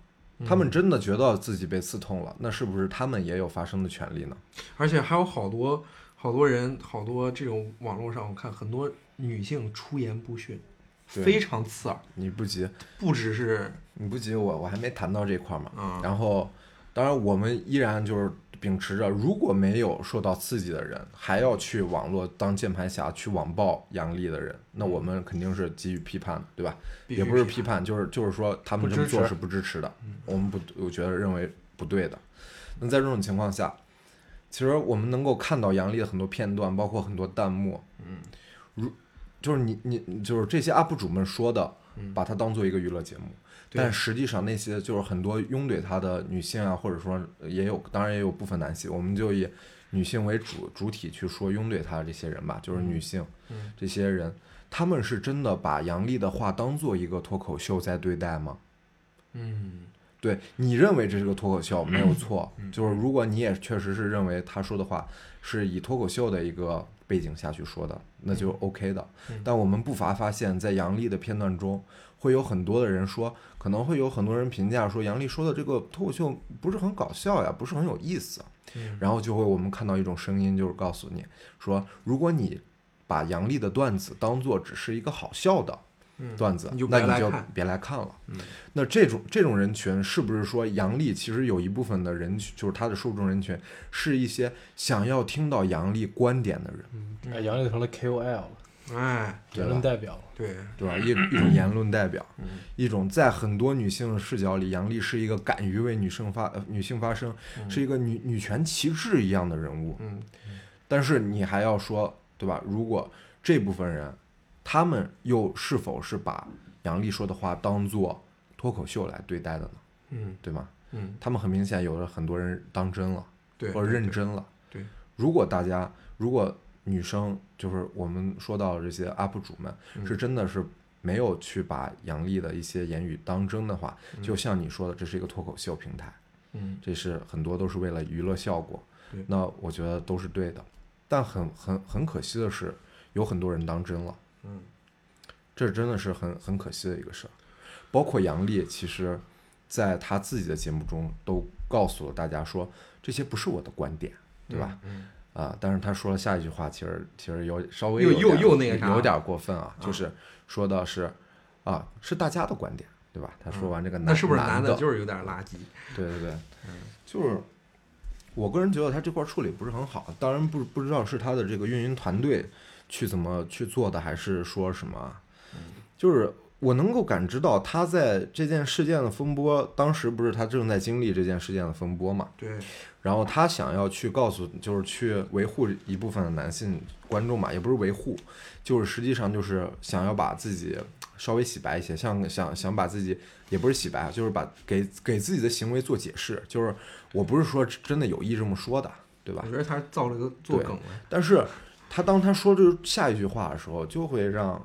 他们真的觉得自己被刺痛了，那是不是他们也有发声的权利呢？而且还有好多好多人，好多这种网络上我看很多女性出言不逊，对非常刺耳，你不急，不只是你不急我，我还没谈到这块儿嘛。啊，然后，当然我们依然就是秉持着，如果没有受到刺激的人，还要去网络当键盘侠去网暴杨笠的人，那我们肯定是给予批判的，对吧？必须也不是批批判，判，就是就是说他们不这么支持做是不支持的，嗯我们不，我觉得认为不对的。那在这种情况下，其实我们能够看到杨笠的很多片段，包括很多弹幕，嗯，如就是你你就是这些 UP 主们说的，嗯把它当做一个娱乐节目，对但实际上那些就是很多拥怼他的女性啊，或者说也有，当然也有部分男性，我们就以女性为主主体去说拥怼他的这些人吧，就是女性，嗯这些人，他们是真的把杨笠的话当做一个脱口秀在对待吗？嗯对你认为这是个脱口秀没有错，就是如果你也确实是认为他说的话是以脱口秀的一个背景下去说的，那就 OK 的。但我们不乏发现，在杨笠的片段中，会有很多的人说，可能会有很多人评价说杨笠说的这个脱口秀不是很搞笑呀，不是很有意思啊。嗯然后就会我们看到一种声音，就是告诉你说，如果你把杨笠的段子当做只是一个好笑的嗯段子，你就那别来你就看别来看了。嗯那这种这种人群是不是说杨笠其实有一部分的人群，就是他的受众人群是一些想要听到杨笠观点的人，嗯，哎杨笠成了 KOL 了，哎对言论吧？代表了。对对吧？一一种言论代表嗯，一种在很多女性视角里，杨笠是一个敢于为女性发、呃女性发声，是一个女女权旗帜一样的人物。嗯但是你还要说，对吧？如果这部分人，他们又是否是把杨笠说的话当做脱口秀来对待的呢？嗯对吗？嗯，他们很明显有了很多人当真了，对，或者认真了。对对如果大家如果女生就是我们说到这些 UP 主们、嗯是真的是没有去把杨笠的一些言语当真的话，嗯就像你说的，这是一个脱口秀平台，嗯这是很多都是为了娱乐效果对。那我觉得都是对的，但很很很可惜的是，有很多人当真了。嗯这真的是很很可惜的一个事儿。包括杨笠，其实在他自己的节目中都告诉了大家说，这些不是我的观点，对吧？嗯啊、但是他说了下一句话，其实其实有稍微又有点又又那个啥有点过分啊，啊就是说的是啊，是大家的观点，对吧？他说完这个男，嗯那是不是男男的？就是有点垃圾？对对对，就是。我个人觉得他这块处理不是很好，当然不不知道是他的这个运营团队去怎么去做的，还是说什么啊，就是我能够感知到他在这件事件的风波，当时不是他正在经历这件事件的风波嘛，对，然后他想要去告诉，就是去维护一部分的男性观众嘛，也不是维护，就是实际上就是想要把自己稍微洗白一些，像想想把自己也不是洗白啊，就是把给给自己的行为做解释，就是我不是说真的有意这么说的，对吧嗯我？觉得他造了个做梗了。但是他当他说这下一句话的时候，就会让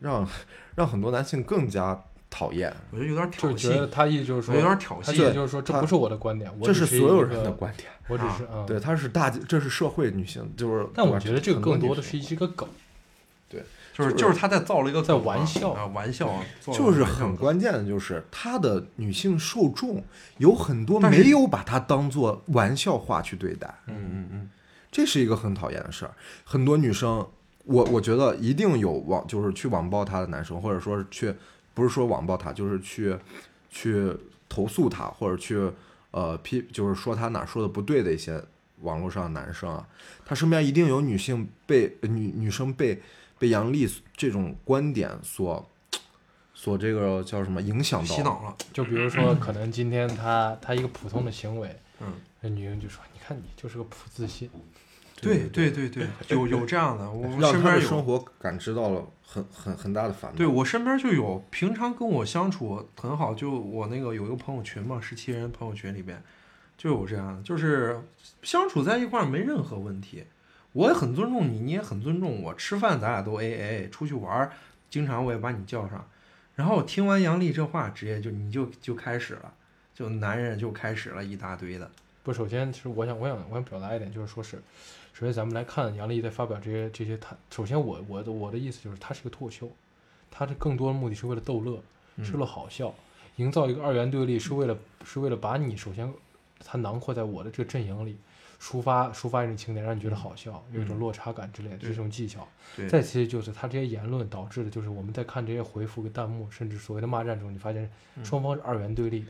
让 让很多男性更加讨厌，我觉得有点挑就觉得衅，他意思就是我说觉得有，点挑他意思衅。就是说这他不是我的观点，我这只是是所有一人的个，观点。我只啊是啊，对，他是大，这是社会女性，就是。但对我吧觉得这个很更女多的性是一个梗，就是就是就是他在造了一个在梗嘛玩笑啊，玩笑啊，造了个就是玩笑很梗关键的，就是她的女性受众有很多但是没有把它当做玩笑话去对待，嗯嗯嗯，这是一个很讨厌的事儿。很多女生，我我觉得一定有网，就是去网暴她的男生，或者说是去不是说网暴她，就是去去投诉她，或者去呃批，就是说她哪说的不对的一些网络上的男生啊，她身边一定有女性被呃女女生被被杨笠这种观点所。所这个叫什么影响到洗脑了，就比如嗯说可能今天他他一个普通的行为，嗯，那女人就说你看你就是个普自信，对对对对，有有这样的，我让身他边的有生活感知到了很很很大的嗯烦恼。对我身边就有，平常跟我相处很好，就我那个有一个朋友群嘛，十七人朋友群里边就有这样的，就是相处在一块儿没任何问题，我也很尊重你，你也很尊重我，吃饭咱俩都 A A，出去玩儿，经常我也把你叫上。然后听完杨笠这话，直接就你就就开始了，就男人就开始了一大堆的，不，首先是我想，我想，我想表达一点，就是说是，首先咱们来看杨笠在发表这些这些他，首先我我的我的意思就是，他是个脱口秀，他的更多的目的是为了逗乐，嗯是为了好笑，营造一个二元对立，是为了是为了把你首先，他囊括在我的这个阵营里，抒发抒发一种情感，让你觉得好笑，有一种落差感之类的，这嗯对是一种技巧。对再其次就是他这些言论导致的，就是我们在看这些回复跟弹幕，甚至所谓的骂战中，你发现嗯双方是二元对立的，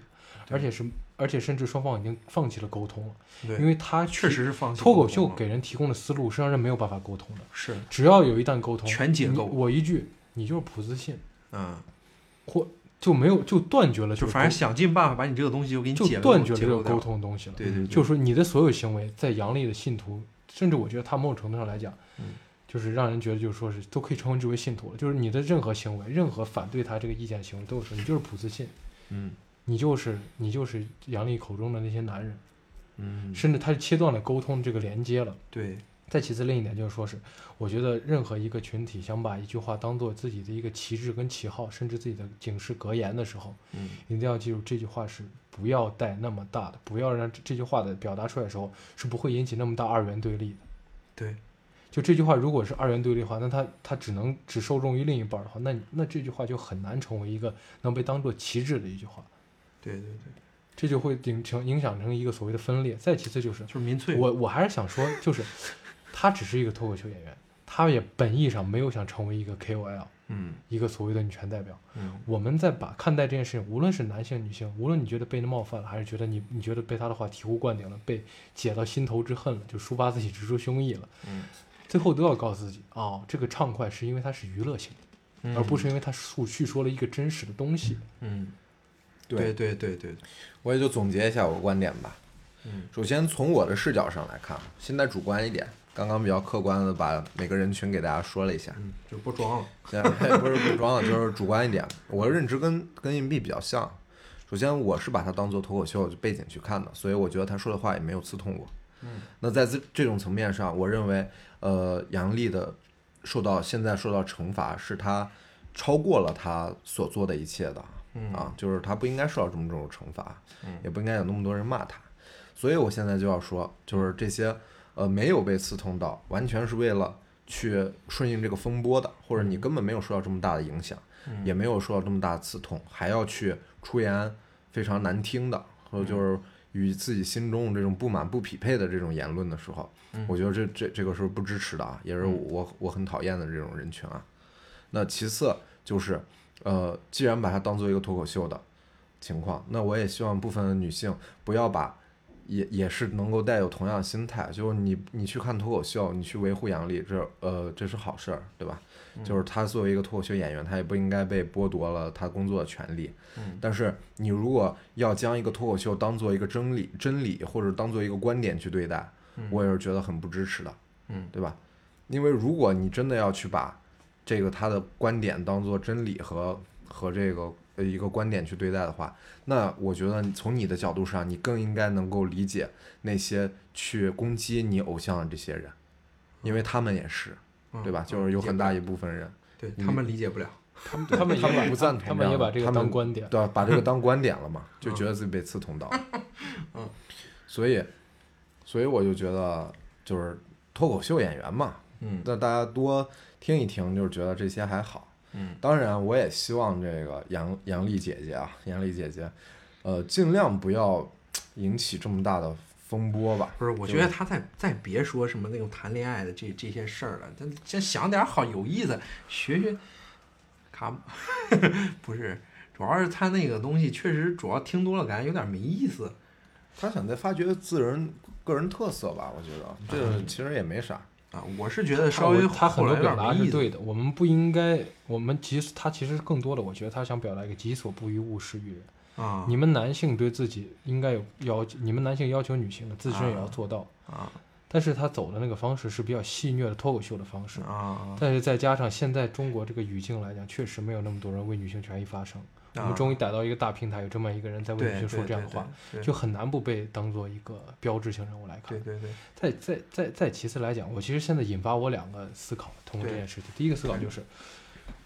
而且是而且甚至双方已经放弃了沟通了。对，因为他确实是放弃脱口沟秀通了给人提供的思路是让人没有办法沟通的，是只要有一旦沟通，全解你构我一句你就是普自信，嗯，或就没有就断绝了这就个沟，反正想尽办法把你这个东西就给你解就构断绝了解这构个掉沟，通的东西了。对对对，就是说你的所有行为，在杨笠的信徒，甚至我觉得他某种程度上来讲，嗯就是让人觉得就是说是都可以称之为信徒了。就是你的任何行为，任何反对他这个意见的行为，都有说你就是普自信，嗯你就是你就是杨笠口中的那些男人，嗯，甚至他是切断了沟通这个连接了。对，再其次，另一点就是说是，我觉得任何一个群体想把一句话当做自己的一个旗帜跟旗号，甚至自己的警示格言的时候，嗯，一定要记住这句话是不要带那么大的，不要让这这句话的表达出来的时候是不会引起那么大二元对立的。对，就这句话如果是二元对立的话，那它它只能只受众于另一半儿的话，那你那这句话就很难成为一个能被当做旗帜的一句话，对对对，这就会影成影响成一个所谓的分裂。再其次就是就是民粹。我我还是想说，就是他只是一个脱口秀演员，他也本意上没有想成为一个 KOL，嗯一个所谓的女权代表。嗯我们在把看待这件事情，无论是男性女性，无论你觉得被他冒犯了，还是觉得你你觉得被他的话醍醐灌顶了，被解到心头之恨了，就抒发自己直抒胸臆了，嗯最后都要告诉自己，哦，这个畅快是因为它是娱乐性的，而不是因为它述叙说了一个真实的东西。嗯，对对，对对对，我也就总结一下我的观点吧。嗯，首先从我的视角上来看，现在主观一点，刚刚比较客观的把每个人群给大家说了一下，嗯，就 不装了。现在不是不装了，就是主观一点。我的认知跟跟硬币比较像，首先我是把它当做脱口秀背景去看的，所以我觉得他说的话也没有刺痛我。嗯，那在这这种层面上，我认为，呃，杨笠的受到现在受到惩罚是他超过了他所做的一切的。嗯啊，就是他不应该受到这么这种惩罚，也不应该有那么多人骂他。所以我现在就要说，就是这些呃没有被刺痛到，完全是为了去顺应这个风波的，或者你根本没有受到这么大的影响，也没有受到这么大的刺痛，还要去出言非常难听的，或者就是与自己心中这种不满不匹配的这种言论的时候，我觉得这这这个是不支持的啊，也是我我很讨厌的这种人群啊。那其次就是，呃，既然把它当做一个脱口秀的情况，那我也希望部分女性不要把也也是能够带有同样心态，就是你你去看脱口秀，你去维护杨笠，这呃这是好事儿，对吧？就是他作为一个脱口秀演员，他也不应该被剥夺了他工作的权利。但是你如果要将一个脱口秀当做一个真理、真理或者当做一个观点去对待，我也是觉得很不支持的，嗯，对吧？因为如果你真的要去把这个他的观点当做真理和和这个呃一个观点去对待的话，那我觉得你从你的角度上，你更应该能够理解那些去攻击你偶像的这些人，因为他们也是，嗯对吧？就是有很大一部分人，对他们理解不了。他们他们也嗯他们把不赞同他们也把这个他们当观点。对吧？把这个当观点了嘛， 就觉得自己被刺痛到了。嗯，所以，所以我就觉得，就是脱口秀演员嘛，嗯那大家多听一听，就是觉得这些还好。嗯，当然，我也希望这个杨杨丽姐姐啊，杨丽姐姐，呃，尽量不要引起这么大的风波吧。不是，我觉得他再再别说什么那种谈恋爱的这这些事儿了，咱先想点好有意思，学学。卡， 不是，主要是他那个东西确实主要听多了，感觉有点没意思。她想再发掘自人个人特色吧，我觉得这个其实也没啥。啊，我是觉得他稍微他很后多来有表点达没是意思。对的，我们不应该，我们其实他其实更多的，我觉得他想表达一个己所不欲，勿施于人。啊你们男性对自己应该有要求，你们男性要求女性的自身也要做到。啊但是他走的那个方式是比较戏谑的脱口秀的方式，啊！但是再加上现在中国这个语境来讲，确实没有那么多人为女性权益发声。我啊们终于逮到一个大平台，有这么一个人在为对女性说对这样的对话，对就很难不被当做一个标志性人物来看对。对对，再再再再其次来讲，我其实现在引发我两个思考，通过这对件事情，第一个思考就是，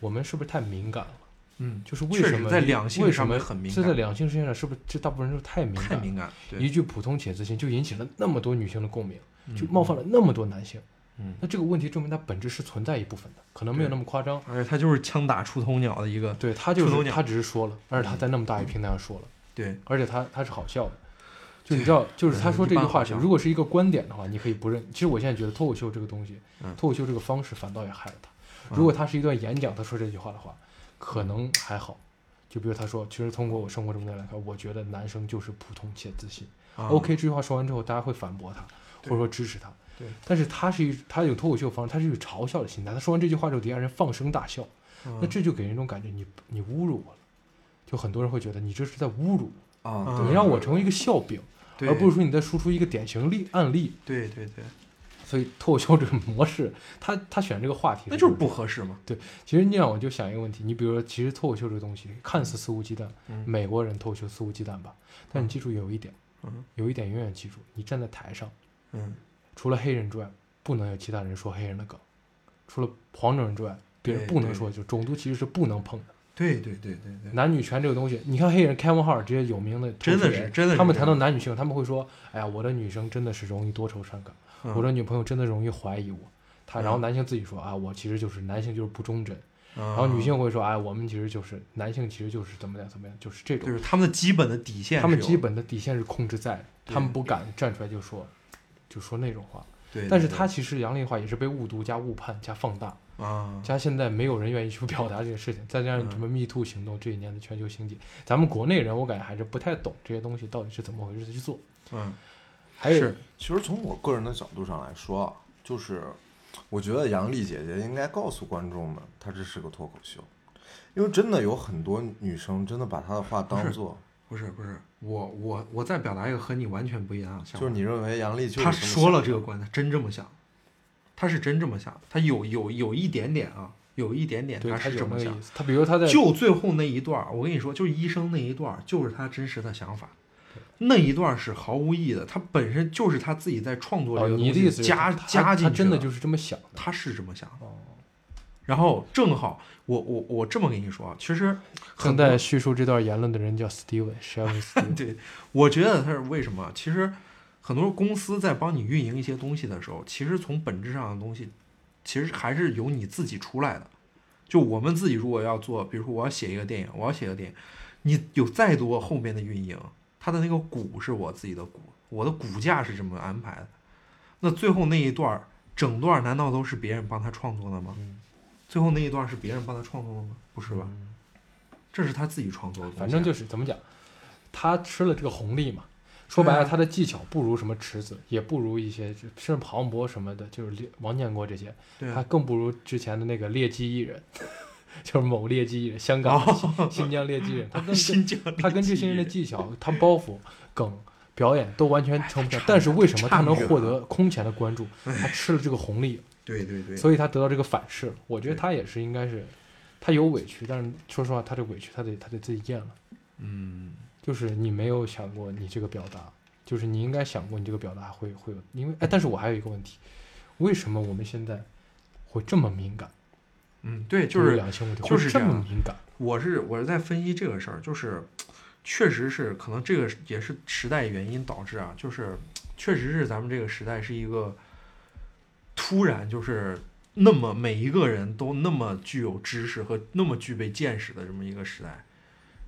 我们是不是太敏感了？嗯，就是为确什实么在两为性什上么面很敏这在感，两性事件上是不是这大部分人都太敏太感了？敏感，一对，句普通且自信就引起了那么多女性的共鸣，就冒犯了那么多男性。嗯那这个问题证明它本质是存在一部分的，可能没有那么夸张。而且他就是枪打出头鸟的一个，对他就出头是鸟嗯他只是说了，而且他在那么大一平台上说了，对而且他他是好笑的。就你知道，就是他说这句话一般好是，笑如果是一个观点的话，你可以不认。其实我现在觉得脱口秀这个东西嗯，脱口秀这个方式反倒也害了他。嗯如果他是一段演讲，他说这句话的话，可能还好。就比如他说，其实通过我生活中的来看，我觉得男生就是普通且自信。啊 OK 这句话说完之后，大家会反驳他，或者说支持他。对，但是他是一他有脱口秀方式，他是有嘲笑的心态。他说完这句话之后，底下人放声大笑，啊嗯那这就给人一种感觉，你你侮辱我了。就很多人会觉得你这是在侮辱我，啊对你让我成为一个笑柄，嗯对而不是说你在输出一个典型例案例。对对对，所以脱口秀这个模式，他他选这个话题，那就是不。合适嘛。其实你让我就想一个问题，你比如说，其实脱口秀这个东西看似肆无忌惮，嗯美国人脱口秀肆无忌惮吧，但你记住有一点，嗯有一点永远记住，你站在台上。嗯，除了黑人之外，不能有其他人说黑人的梗；除了黄种人之外，别人对不能对说，就种族歧视是不能碰的。对对对对对，男女权这个东西，你看黑人 Kevin Hart 这些有名的脱真口秀的人，是真的是他们这谈样到男女性，他们会说：“哎呀，我的女生真的是容易多愁善感，嗯我的女朋友真的容易怀疑我。”他然后嗯男性自己说：“啊，我其实就是男性就是不忠贞。”然然后女性会说：“哎，我们其实就是男性，其实就是怎么样怎么样，就是这种。”就是他们的基本的底线是有的，他们基本的底线是控制在的，对他们不敢站出来就说，就说那种话。对，对但是他其实杨丽的话也是被误读加误判加放大，对啊，加现在没有人愿意去表达这个事情，再加嗯上什么 Me Too 行动这一年的全球兴起，咱们国内人我感觉还是不太懂这些东西到底是怎么回事去做。嗯，还有是其实从我个人的角度上来说，啊就是我觉得杨丽姐姐应该告诉观众们，她这是个脱口秀，因为真的有很多女生真的把她的话当 做，不是不是，我我我再表达一个和你完全不一样的想法，就是你认为杨丽就是他这么说了想这个观点，真这么想，他是真这么想，他有有有一点点啊，有一点点对他他是有这那么个想意。思。他比如他在哦就最后那一段儿，我跟你说，就是医生那一段儿，就是他真实的想法，那一段儿是毫无意义的，他本身就是他自己在创作哦，这个你东的意西思是加他加进去他真的就是这么想的。他是这么想的。哦然后正好，我我我这么跟你说啊，其实很正多在叙述这段言论的人叫 Steven Sharon Steven，对，我觉得他是为什么？其实很多公司在帮你运营一些东西的时候，其实从本质上的东西，其实还是由你自己出来的。就我们自己如果要做，比如说我要写一个电影，我要写个电影，你有再多后面的运营，它的那个股是我自己的股，我的股价是这么安排的。那最后那一段儿，整段儿难道都是别人帮他创作的吗？嗯最后那一段儿是别人帮他创作的吗？不是吧？这是他自己创作的东西啊。反正就是怎么讲，他吃了这个红利嘛。说白了，对啊他的技巧不如什么池子，也不如一些甚至庞博什么的，就是列王建国这些，对他啊，更不如之前的那个劣迹艺人， 就是某劣迹艺人，香港的、哦新新疆劣迹艺人，他跟 新疆 他跟这些人的技巧、他包袱、梗、表演都完全成不上差，但是为什么他差能远获了得空前的关注？他吃了这个红利，对对对，所以他得到这个反噬了。我觉得对他也是应该是，他有委屈，但是说实话，他这委屈他得他得自己咽了。嗯，就是你没有想过你这个表达，就是你应该想过你这个表达会会有，因为哎，但是我还有一个问题，为什么我们现在会这么敏感？嗯，对，就是两性问题，就是会这这样么敏感。我是我是在分析这个事儿，就是确实是可能这个也是时代原因导致啊，就是确实是咱们这个时代是一个突然就是那么每一个人都那么具有知识和那么具备见识的这么一个时代。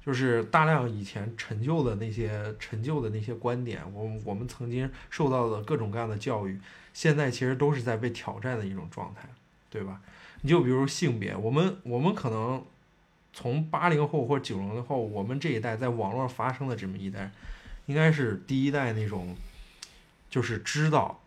就是大量以前陈旧的那些陈旧的那些观点，我们我们曾经受到的各种各样的教育，现在其实都是在被挑战的一种状态，对吧？你就比如性别，我们我们可能从八零后或九零后，我们这一代在网络上发生的这么一代，应该是第一代那种，就是知道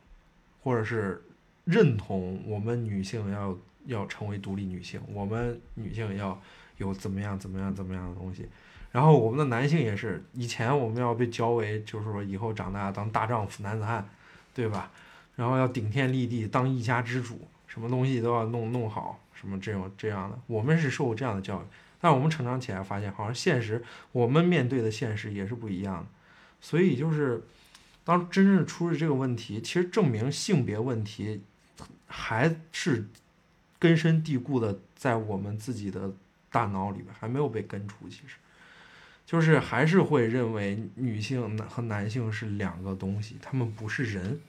或者是认同我们女性要要成为独立女性，我们女性要有怎么样怎么样怎么样的东西。然后我们的男性也是，以前我们要被教为就是说以后长大当大丈夫、男子汉，对吧？然后要顶天立地当一家之主，什么东西都要弄弄好，什么这种这样的，我们是受这样的教育。但我们成长起来发现，好像现实我们面对的现实也是不一样的。所以就是，当真正出了这个问题，其实证明性别问题还是根深蒂固的在我们自己的大脑里面，还没有被根除。其实，就是还是会认为女性和男性是两个东西，他们不是人。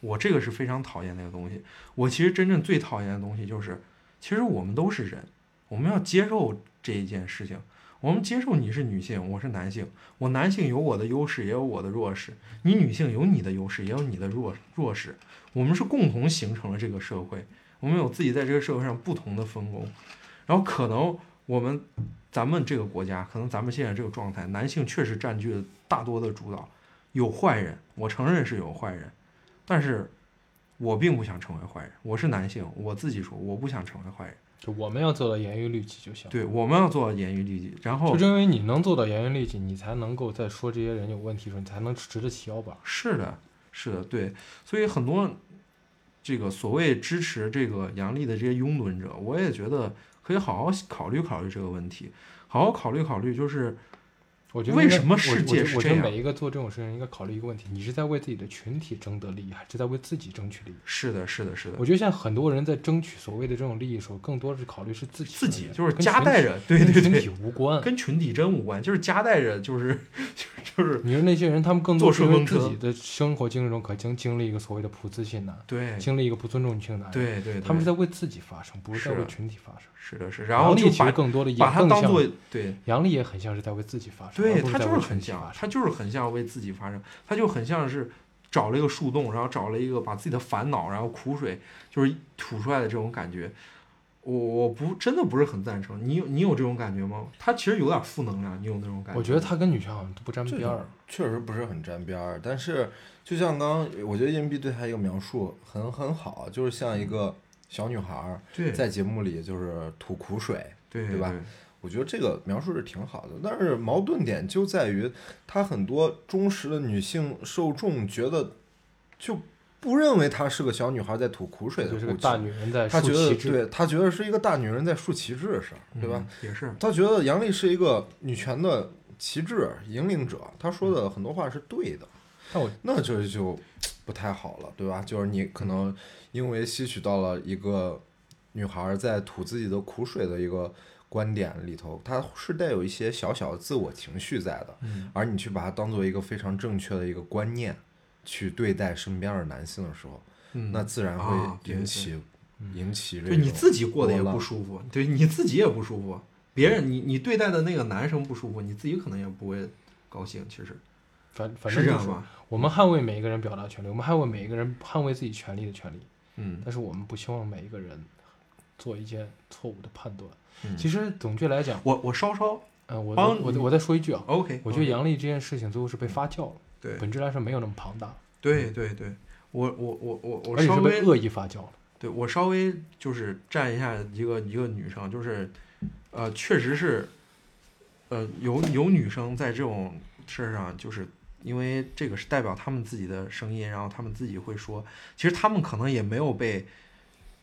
我这个是非常讨厌那个东西。我其实真正最讨厌的东西就是，其实我们都是人，我们要接受这一件事情。我们接受你是女性，我是男性，我男性有我的优势，也有我的弱势；你女性有你的优势，也有你的弱弱势。我们是共同形成了这个社会，我们有自己在这个社会上不同的分工。然后可能我们咱们这个国家，可能咱们现在这个状态，男性确实占据了大多的主导。有坏人，我承认是有坏人，但是我并不想成为坏人。我是男性，我自己说我不想成为坏人。就我们要做到严于律己就行。对，我们要做到严于律己。然后就正因为你能做到严于律己，你才能够在说这些人有问题的时候，你才能直得起腰板。是的，是的，对，所以很多这个所谓支持这个杨笠的这些拥趸者，我也觉得可以好好考虑考虑这个问题，好好考虑考虑，就是我觉得为应该什么我世我界觉是我觉这得样每一个做这种事情应该考虑一个问题：你是在为自己的群体争得利益，还是在为自己争取利益？是的，是的，是的我，觉得现在很多人在争取所谓的这种利益的时候，更多是考虑是自己自的利益，己就是跟夹群带体着，对对跟群对体，无关。跟群体真无关，就是夹带着，就是就是就是你说那些人，他们更多坐是因顺为风自车己的生活经历中可能经历一个所谓的普自信男，对经历一个不尊重女性男，，对对，他们是对在为自己发声，不是在是为的群体发声。是的是的，然后杨就笠其实把更多的也把它更当像做对。杨笠也很像是在为自己发声，而对不他在就为是群很体像啊发，声。他就是很像为自己发声，他就很像是找了一个树洞，然后找了一个把自己的烦恼，然后苦水就是吐出来的这种感觉。我我不真的不是很赞成，你有你有这种感觉吗？他其实有点负能量，你有那种感觉？我觉得他跟女权好像都不沾这边种儿。确实不是很沾边儿，但是就像刚刚，我觉得硬币对她一个描述很很好，就是像一个小女孩儿对在节目里就是吐苦水，对对吧我觉得这个描述是挺好的。但是矛盾点就在于，她很多忠实的女性受众觉得就不认为她是个小女孩在吐苦水的就故是事，个大女人在他觉竖得旗帜，对，他觉得是一个大女人在竖旗帜的事儿，对吧？嗯也是他觉得杨笠是一个女权的旗帜引领者，他说的很多话是对的，嗯但我那这就不太好了，对吧？就是你可能因为吸取到了一个女孩在吐自己的苦水的一个观点里头，她是带有一些小小的自我情绪在的，嗯而你去把它当做一个非常正确的一个观念去对待身边的男性的时候，嗯那自然啊会对对引起。引起这对你种自己过得也波不浪舒服，对你自己也不舒服，别人你你对待的那个男生不舒服，你自己可能也不会高兴。其实反反正是就这样是吧？我们捍卫每一个人表达权利，我们捍卫每一个人捍卫自己权利的权利，嗯，但是我们不希望每一个人做一件错误的判断。嗯其实总结来讲，我我稍稍呃，我帮我你我再说一句啊， OK，我觉得 OK，杨笠这件事情最后是被发酵了，嗯对本质来说没有那么庞大，对对对，我我我我我而且稍是被微恶意发酵了。对我稍微就是站一下一个一个女生，就是，呃，确实是，呃，有有女生在这种事儿上，就是因为这个是代表她们自己的声音，然后她们自己会说，其实她们可能也没有被，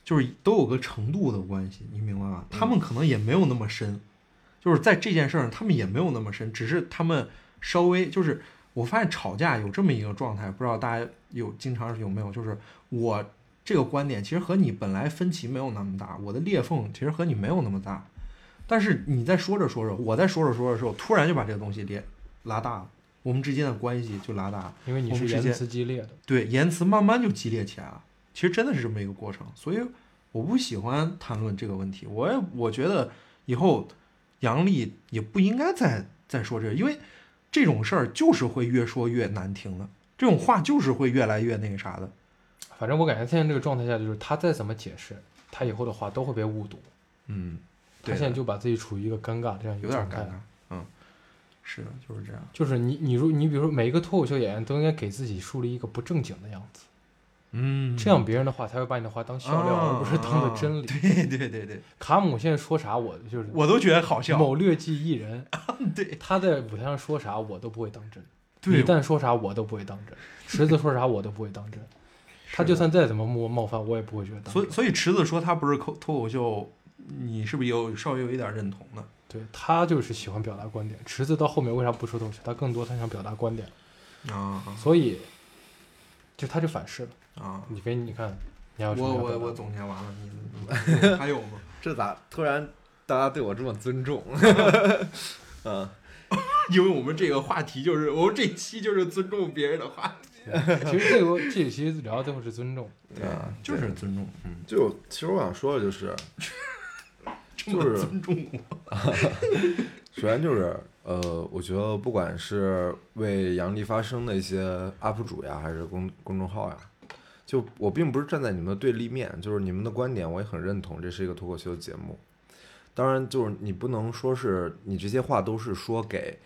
就是都有个程度的关系，你明白吗？她们可能也没有那么深，就是在这件事儿上，她们也没有那么深，只是她们稍微就是。我发现吵架有这么一个状态，不知道大家有经常有没有？就是我这个观点其实和你本来分歧没有那么大，我的裂缝其实和你没有那么大，但是你在说着说着，我在说着说着时候，突然就把这个东西裂拉大了，我们之间的关系就拉大了，因为你我是们之言间辞激烈的，对，言辞慢慢就激烈起来了。其实真的是这么一个过程，所以我不喜欢谈论这个问题。我也我觉得以后杨笠也不应该再再说这个，因为这种事儿就是会越说越难听的，这种话就是会越来越那个啥的。反正我感觉现在这个状态下，就是他再怎么解释，他以后的话都会被误读。嗯，他对现在的就把自己处于一个尴尬这样一个有状点儿尴态尬。。嗯，是的，就是这样。就是你，你如你比如说，每一个脱口秀演员都应该给自己树立一个不正经的样子，嗯啊这样别人的话才会把你的话当笑料，而不是当做真理。对对对对，卡姆现在说啥，我就是我都觉得好笑。某劣迹艺人，对他在舞台上说啥我都不会当真，对，一旦说啥我都不会当真，池子说啥我都不会当真， 是他就的算再怎么冒冒犯，我也不会觉得当所以真。所以池子说他不是口脱口秀，你是不是有稍微有一点认同呢？对他就是喜欢表达观点，池子到后面为啥不说东西？他更多他想表达观点，啊所以就他就反噬了。啊！你跟你看，你还啊有什我么要我表达我的总结完了，你你 还有吗？这咋突然大家对我这么尊重？ 嗯，因为我们这个话题就是我们这期就是尊重别人的话题，其实这个这其实聊到最后是尊重，对啊 就是尊重，就其实我想说的就是， 这就么是尊重我。 首先就是呃，我觉得不管是为杨笠发声的一些 UP 主呀，还是公公众号呀，就我并不是站在你们的对立面，就是你们的观点我也很认同，这是一个脱口秀节目。当然，就是你不能说是你这些话都是说给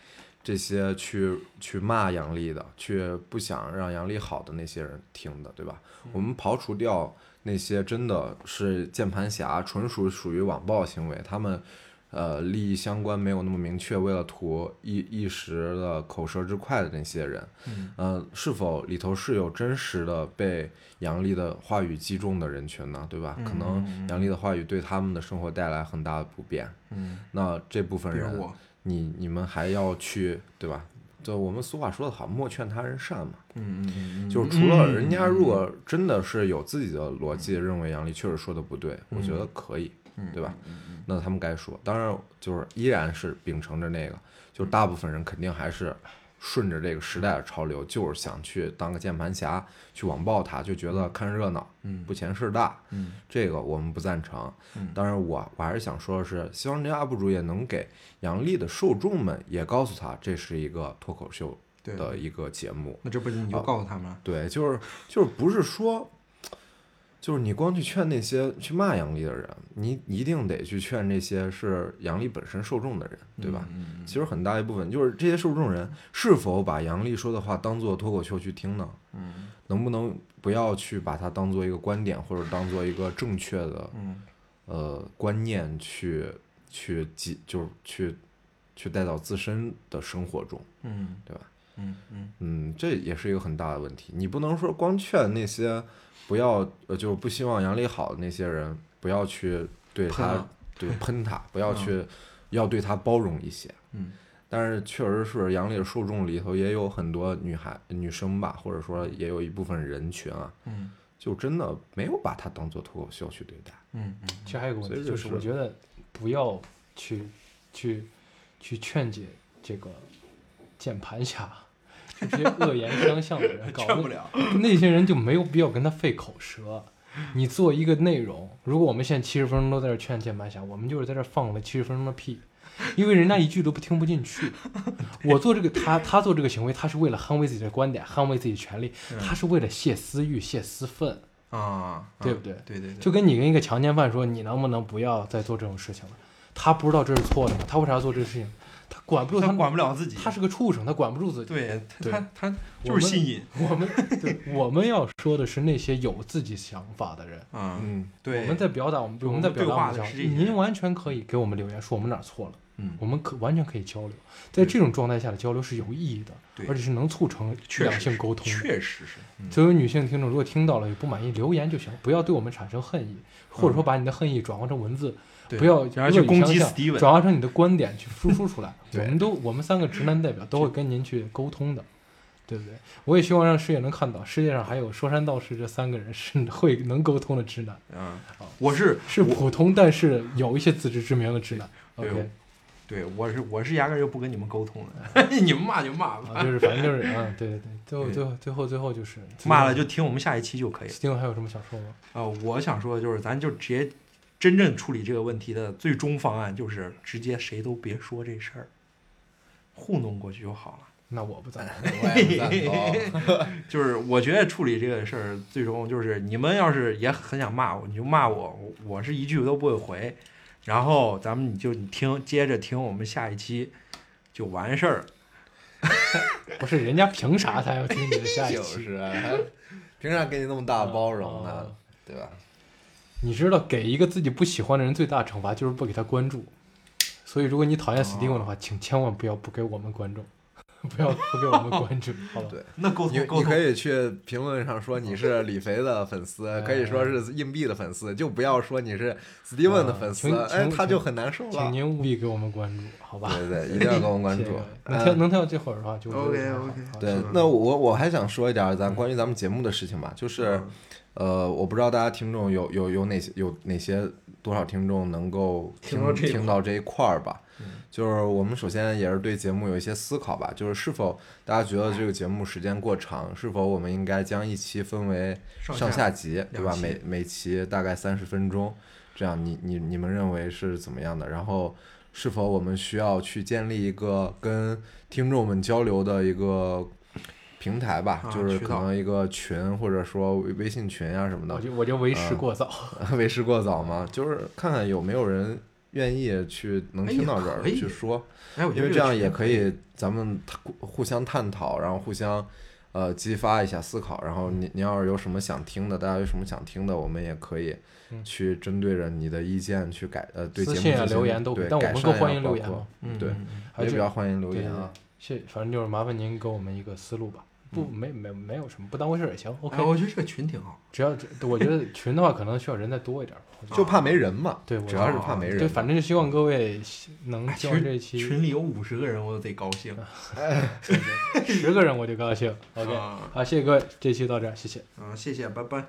这些去去骂杨笠的、去不想让杨笠好的那些人听的，对吧？嗯我们刨除掉那些真的是键盘侠，纯属属于网暴行为，他们呃利益相关没有那么明确，为了图一一时的口舌之快的那些人，嗯呃，是否里头是有真实的被杨笠的话语击中的人群呢？对吧？可能杨笠的话语对他们的生活带来很大的不便。嗯，那这部分比人，如我，你你们还要去对吧？就我们俗话说得好，莫劝他人善嘛。嗯嗯嗯，就是除了人家如果真的是有自己的逻辑，嗯认为杨笠确实说的不对，我觉得可以，对吧？嗯那他们该说，当然就是依然是秉承着那个，就是大部分人肯定还是顺着这个时代的潮流，就是想去当个键盘侠，去网暴他，就觉得看热闹，嗯不嫌事大，嗯，这个我们不赞成嗯。当然我我还是想说的是，希望这些 UP 主也能给杨笠的受众们也告诉他，这是一个脱口秀对，的一个节目，那这不行你就啊告诉他们了，对，就是就是不是说，就是你光去劝那些去骂杨笠的人，你一定得去劝这些是杨笠本身受众的人，对吧？嗯？嗯其实很大一部分就是这些受众人是否把杨笠说的话当做脱口秀去听呢？嗯能不能不要去把它当做一个观点或者当做一个正确的嗯呃观念去去记，就是去去带到自身的生活中？嗯，对吧？嗯嗯嗯，这也是一个很大的问题。你不能说光劝那些不要呃，就是不希望杨丽好的那些人，不要去对喷他啊对喷他，不要嗯去要对他包容一些。嗯，但是确实是杨丽的受众里头也有很多女孩、女生吧，或者说也有一部分人群啊，嗯就真的没有把它当做脱口秀去对待。嗯嗯，其实还有个问所题，以就就是是我觉得不要去去去劝解这个键盘侠，就这些恶言相向的 人，搞 劝不得了。那些人就没有必要跟他费口舌。你做一个内容，如果我们现在七十分钟都在这劝键盘侠，我们就是在这放了七十分钟的屁，因为人家一句都不听不进去。我做这个，他他做这个行为，他是为了捍卫自己的观点，捍卫自己的权利，他是为了泄私欲、泄私愤，啊啊，对不对？对对对，就跟你跟一个强奸犯说，你能不能不要再做这种事情了？他不知道这是错的吗？他为啥要做这个事情？他管不住他他，管不了自己，他是个畜生，他管不住自己。对他对他他我就们是信瘾我们对我们要说的是那些有自己想法的人。啊，嗯，对，我们在表达我们对我们在表达我我们们对的话的是想法。这些人您完全可以给我们留言说我们哪儿错了，嗯我们可完全可以交流。在这种状态下的交流是有意义的对，而且是能促成确实两性是沟通的。确实是，嗯所有女性听众如果听到了也不满意，留言就行，不要对我们产生恨意，嗯或者说把你的恨意转化成文字，对不要然后去攻击相 Steven 转化成你的观点去输出出来。我 对们都我们三个直男代表都会跟您去沟通的，对不对？我也希望让世界能看到，世界上还有说山道士这三个人是会能沟通的直 男，啊，哦我是是普通但是有一些自知之明的直男。对 OK，对我是我是压根儿就不跟你们沟通的， 你们骂就骂吧，啊，就是反正就是嗯，对对对，最后对最后最后最后就是骂了就听我们下一期就可以了。 Steven 还有什么想说吗？啊、我想说的就是，咱就直接真正处理这个问题的最终方案就是直接谁都别说这事儿，糊弄过去就好了。那我不赞同。我也不赞同。就是我觉得处理这个事儿，最终就是你们要是也很想骂我，你就骂我，我我是一句都不会回。然后咱们你就你听，接着听我们下一期就完事儿了。不是人家凭啥他要听你的下一 就期？是啊，凭啥给你那么大的包容哦呢？对吧？你知道，给一个自己不喜欢的人最大惩罚就是不给他关注。所以，如果你讨厌 Steven 的哦话，请千万不要不给我们关注， 不要不给我们 关注，好吧？对那 沟你通沟你可通，以去评论上说你是李肥的粉丝，可以说是硬币的粉丝，就不要说你是 Steven 的粉丝，啊请哎，请他就很难受请了。您务必给我们关注，好吧？对对，一定要给我们关 谢谢注各位。能跳嗯能跳到这会儿的话，就 OK，OK 对是吧，那我我还想说一点儿咱关于咱们节目的事情吧，就是嗯，呃，我不知道大家听众有有有哪些有哪些多少听众能够听听到这一听到这一块儿吧嗯。就是我们首先也是对节目有一些思考吧，就是是否大家觉得这个节目时间过长，是否我们应该将一期分为上下集，对吧两？期每每期大概三十分钟，这样你你你们认为是怎么样的？然后是否我们需要去建立一个跟听众们交流的一个平台吧？啊就是渠可道能一个群，或者说微微信群啊什么我的，就我就为时过早， 为时过早嘛，就是看看有没有人愿意去能哎听也到这可儿以去说，哎，我觉因得为这样个也群可以，咱们探互相探讨，然后互相呃激发一下思考。然嗯后你你要是有什么想听的，大家有什么想听的，我们也可以嗯去针对着你的意见去改呃对节私目信啊、进行留言都可以对，但我改们善更呀欢迎包留言括嘛。嗯对嗯嗯而也且比较欢迎留对言啊。谢，反正就是麻烦您给我们一个思路吧。不，嗯没没没有什么，不当回事儿也行。OK，哎，我觉得这个群挺好。只要这我觉得群的话，可能需要人再多一 点儿。我觉得就怕没人嘛，对我主要是怕没人啊对，嘛。反正就希望各位能哎听完群这一期，群里有五十个人，我都得高兴。十个人我就高兴。OK，啊好，谢谢各位，这期到这儿，谢谢。嗯，谢谢，拜拜。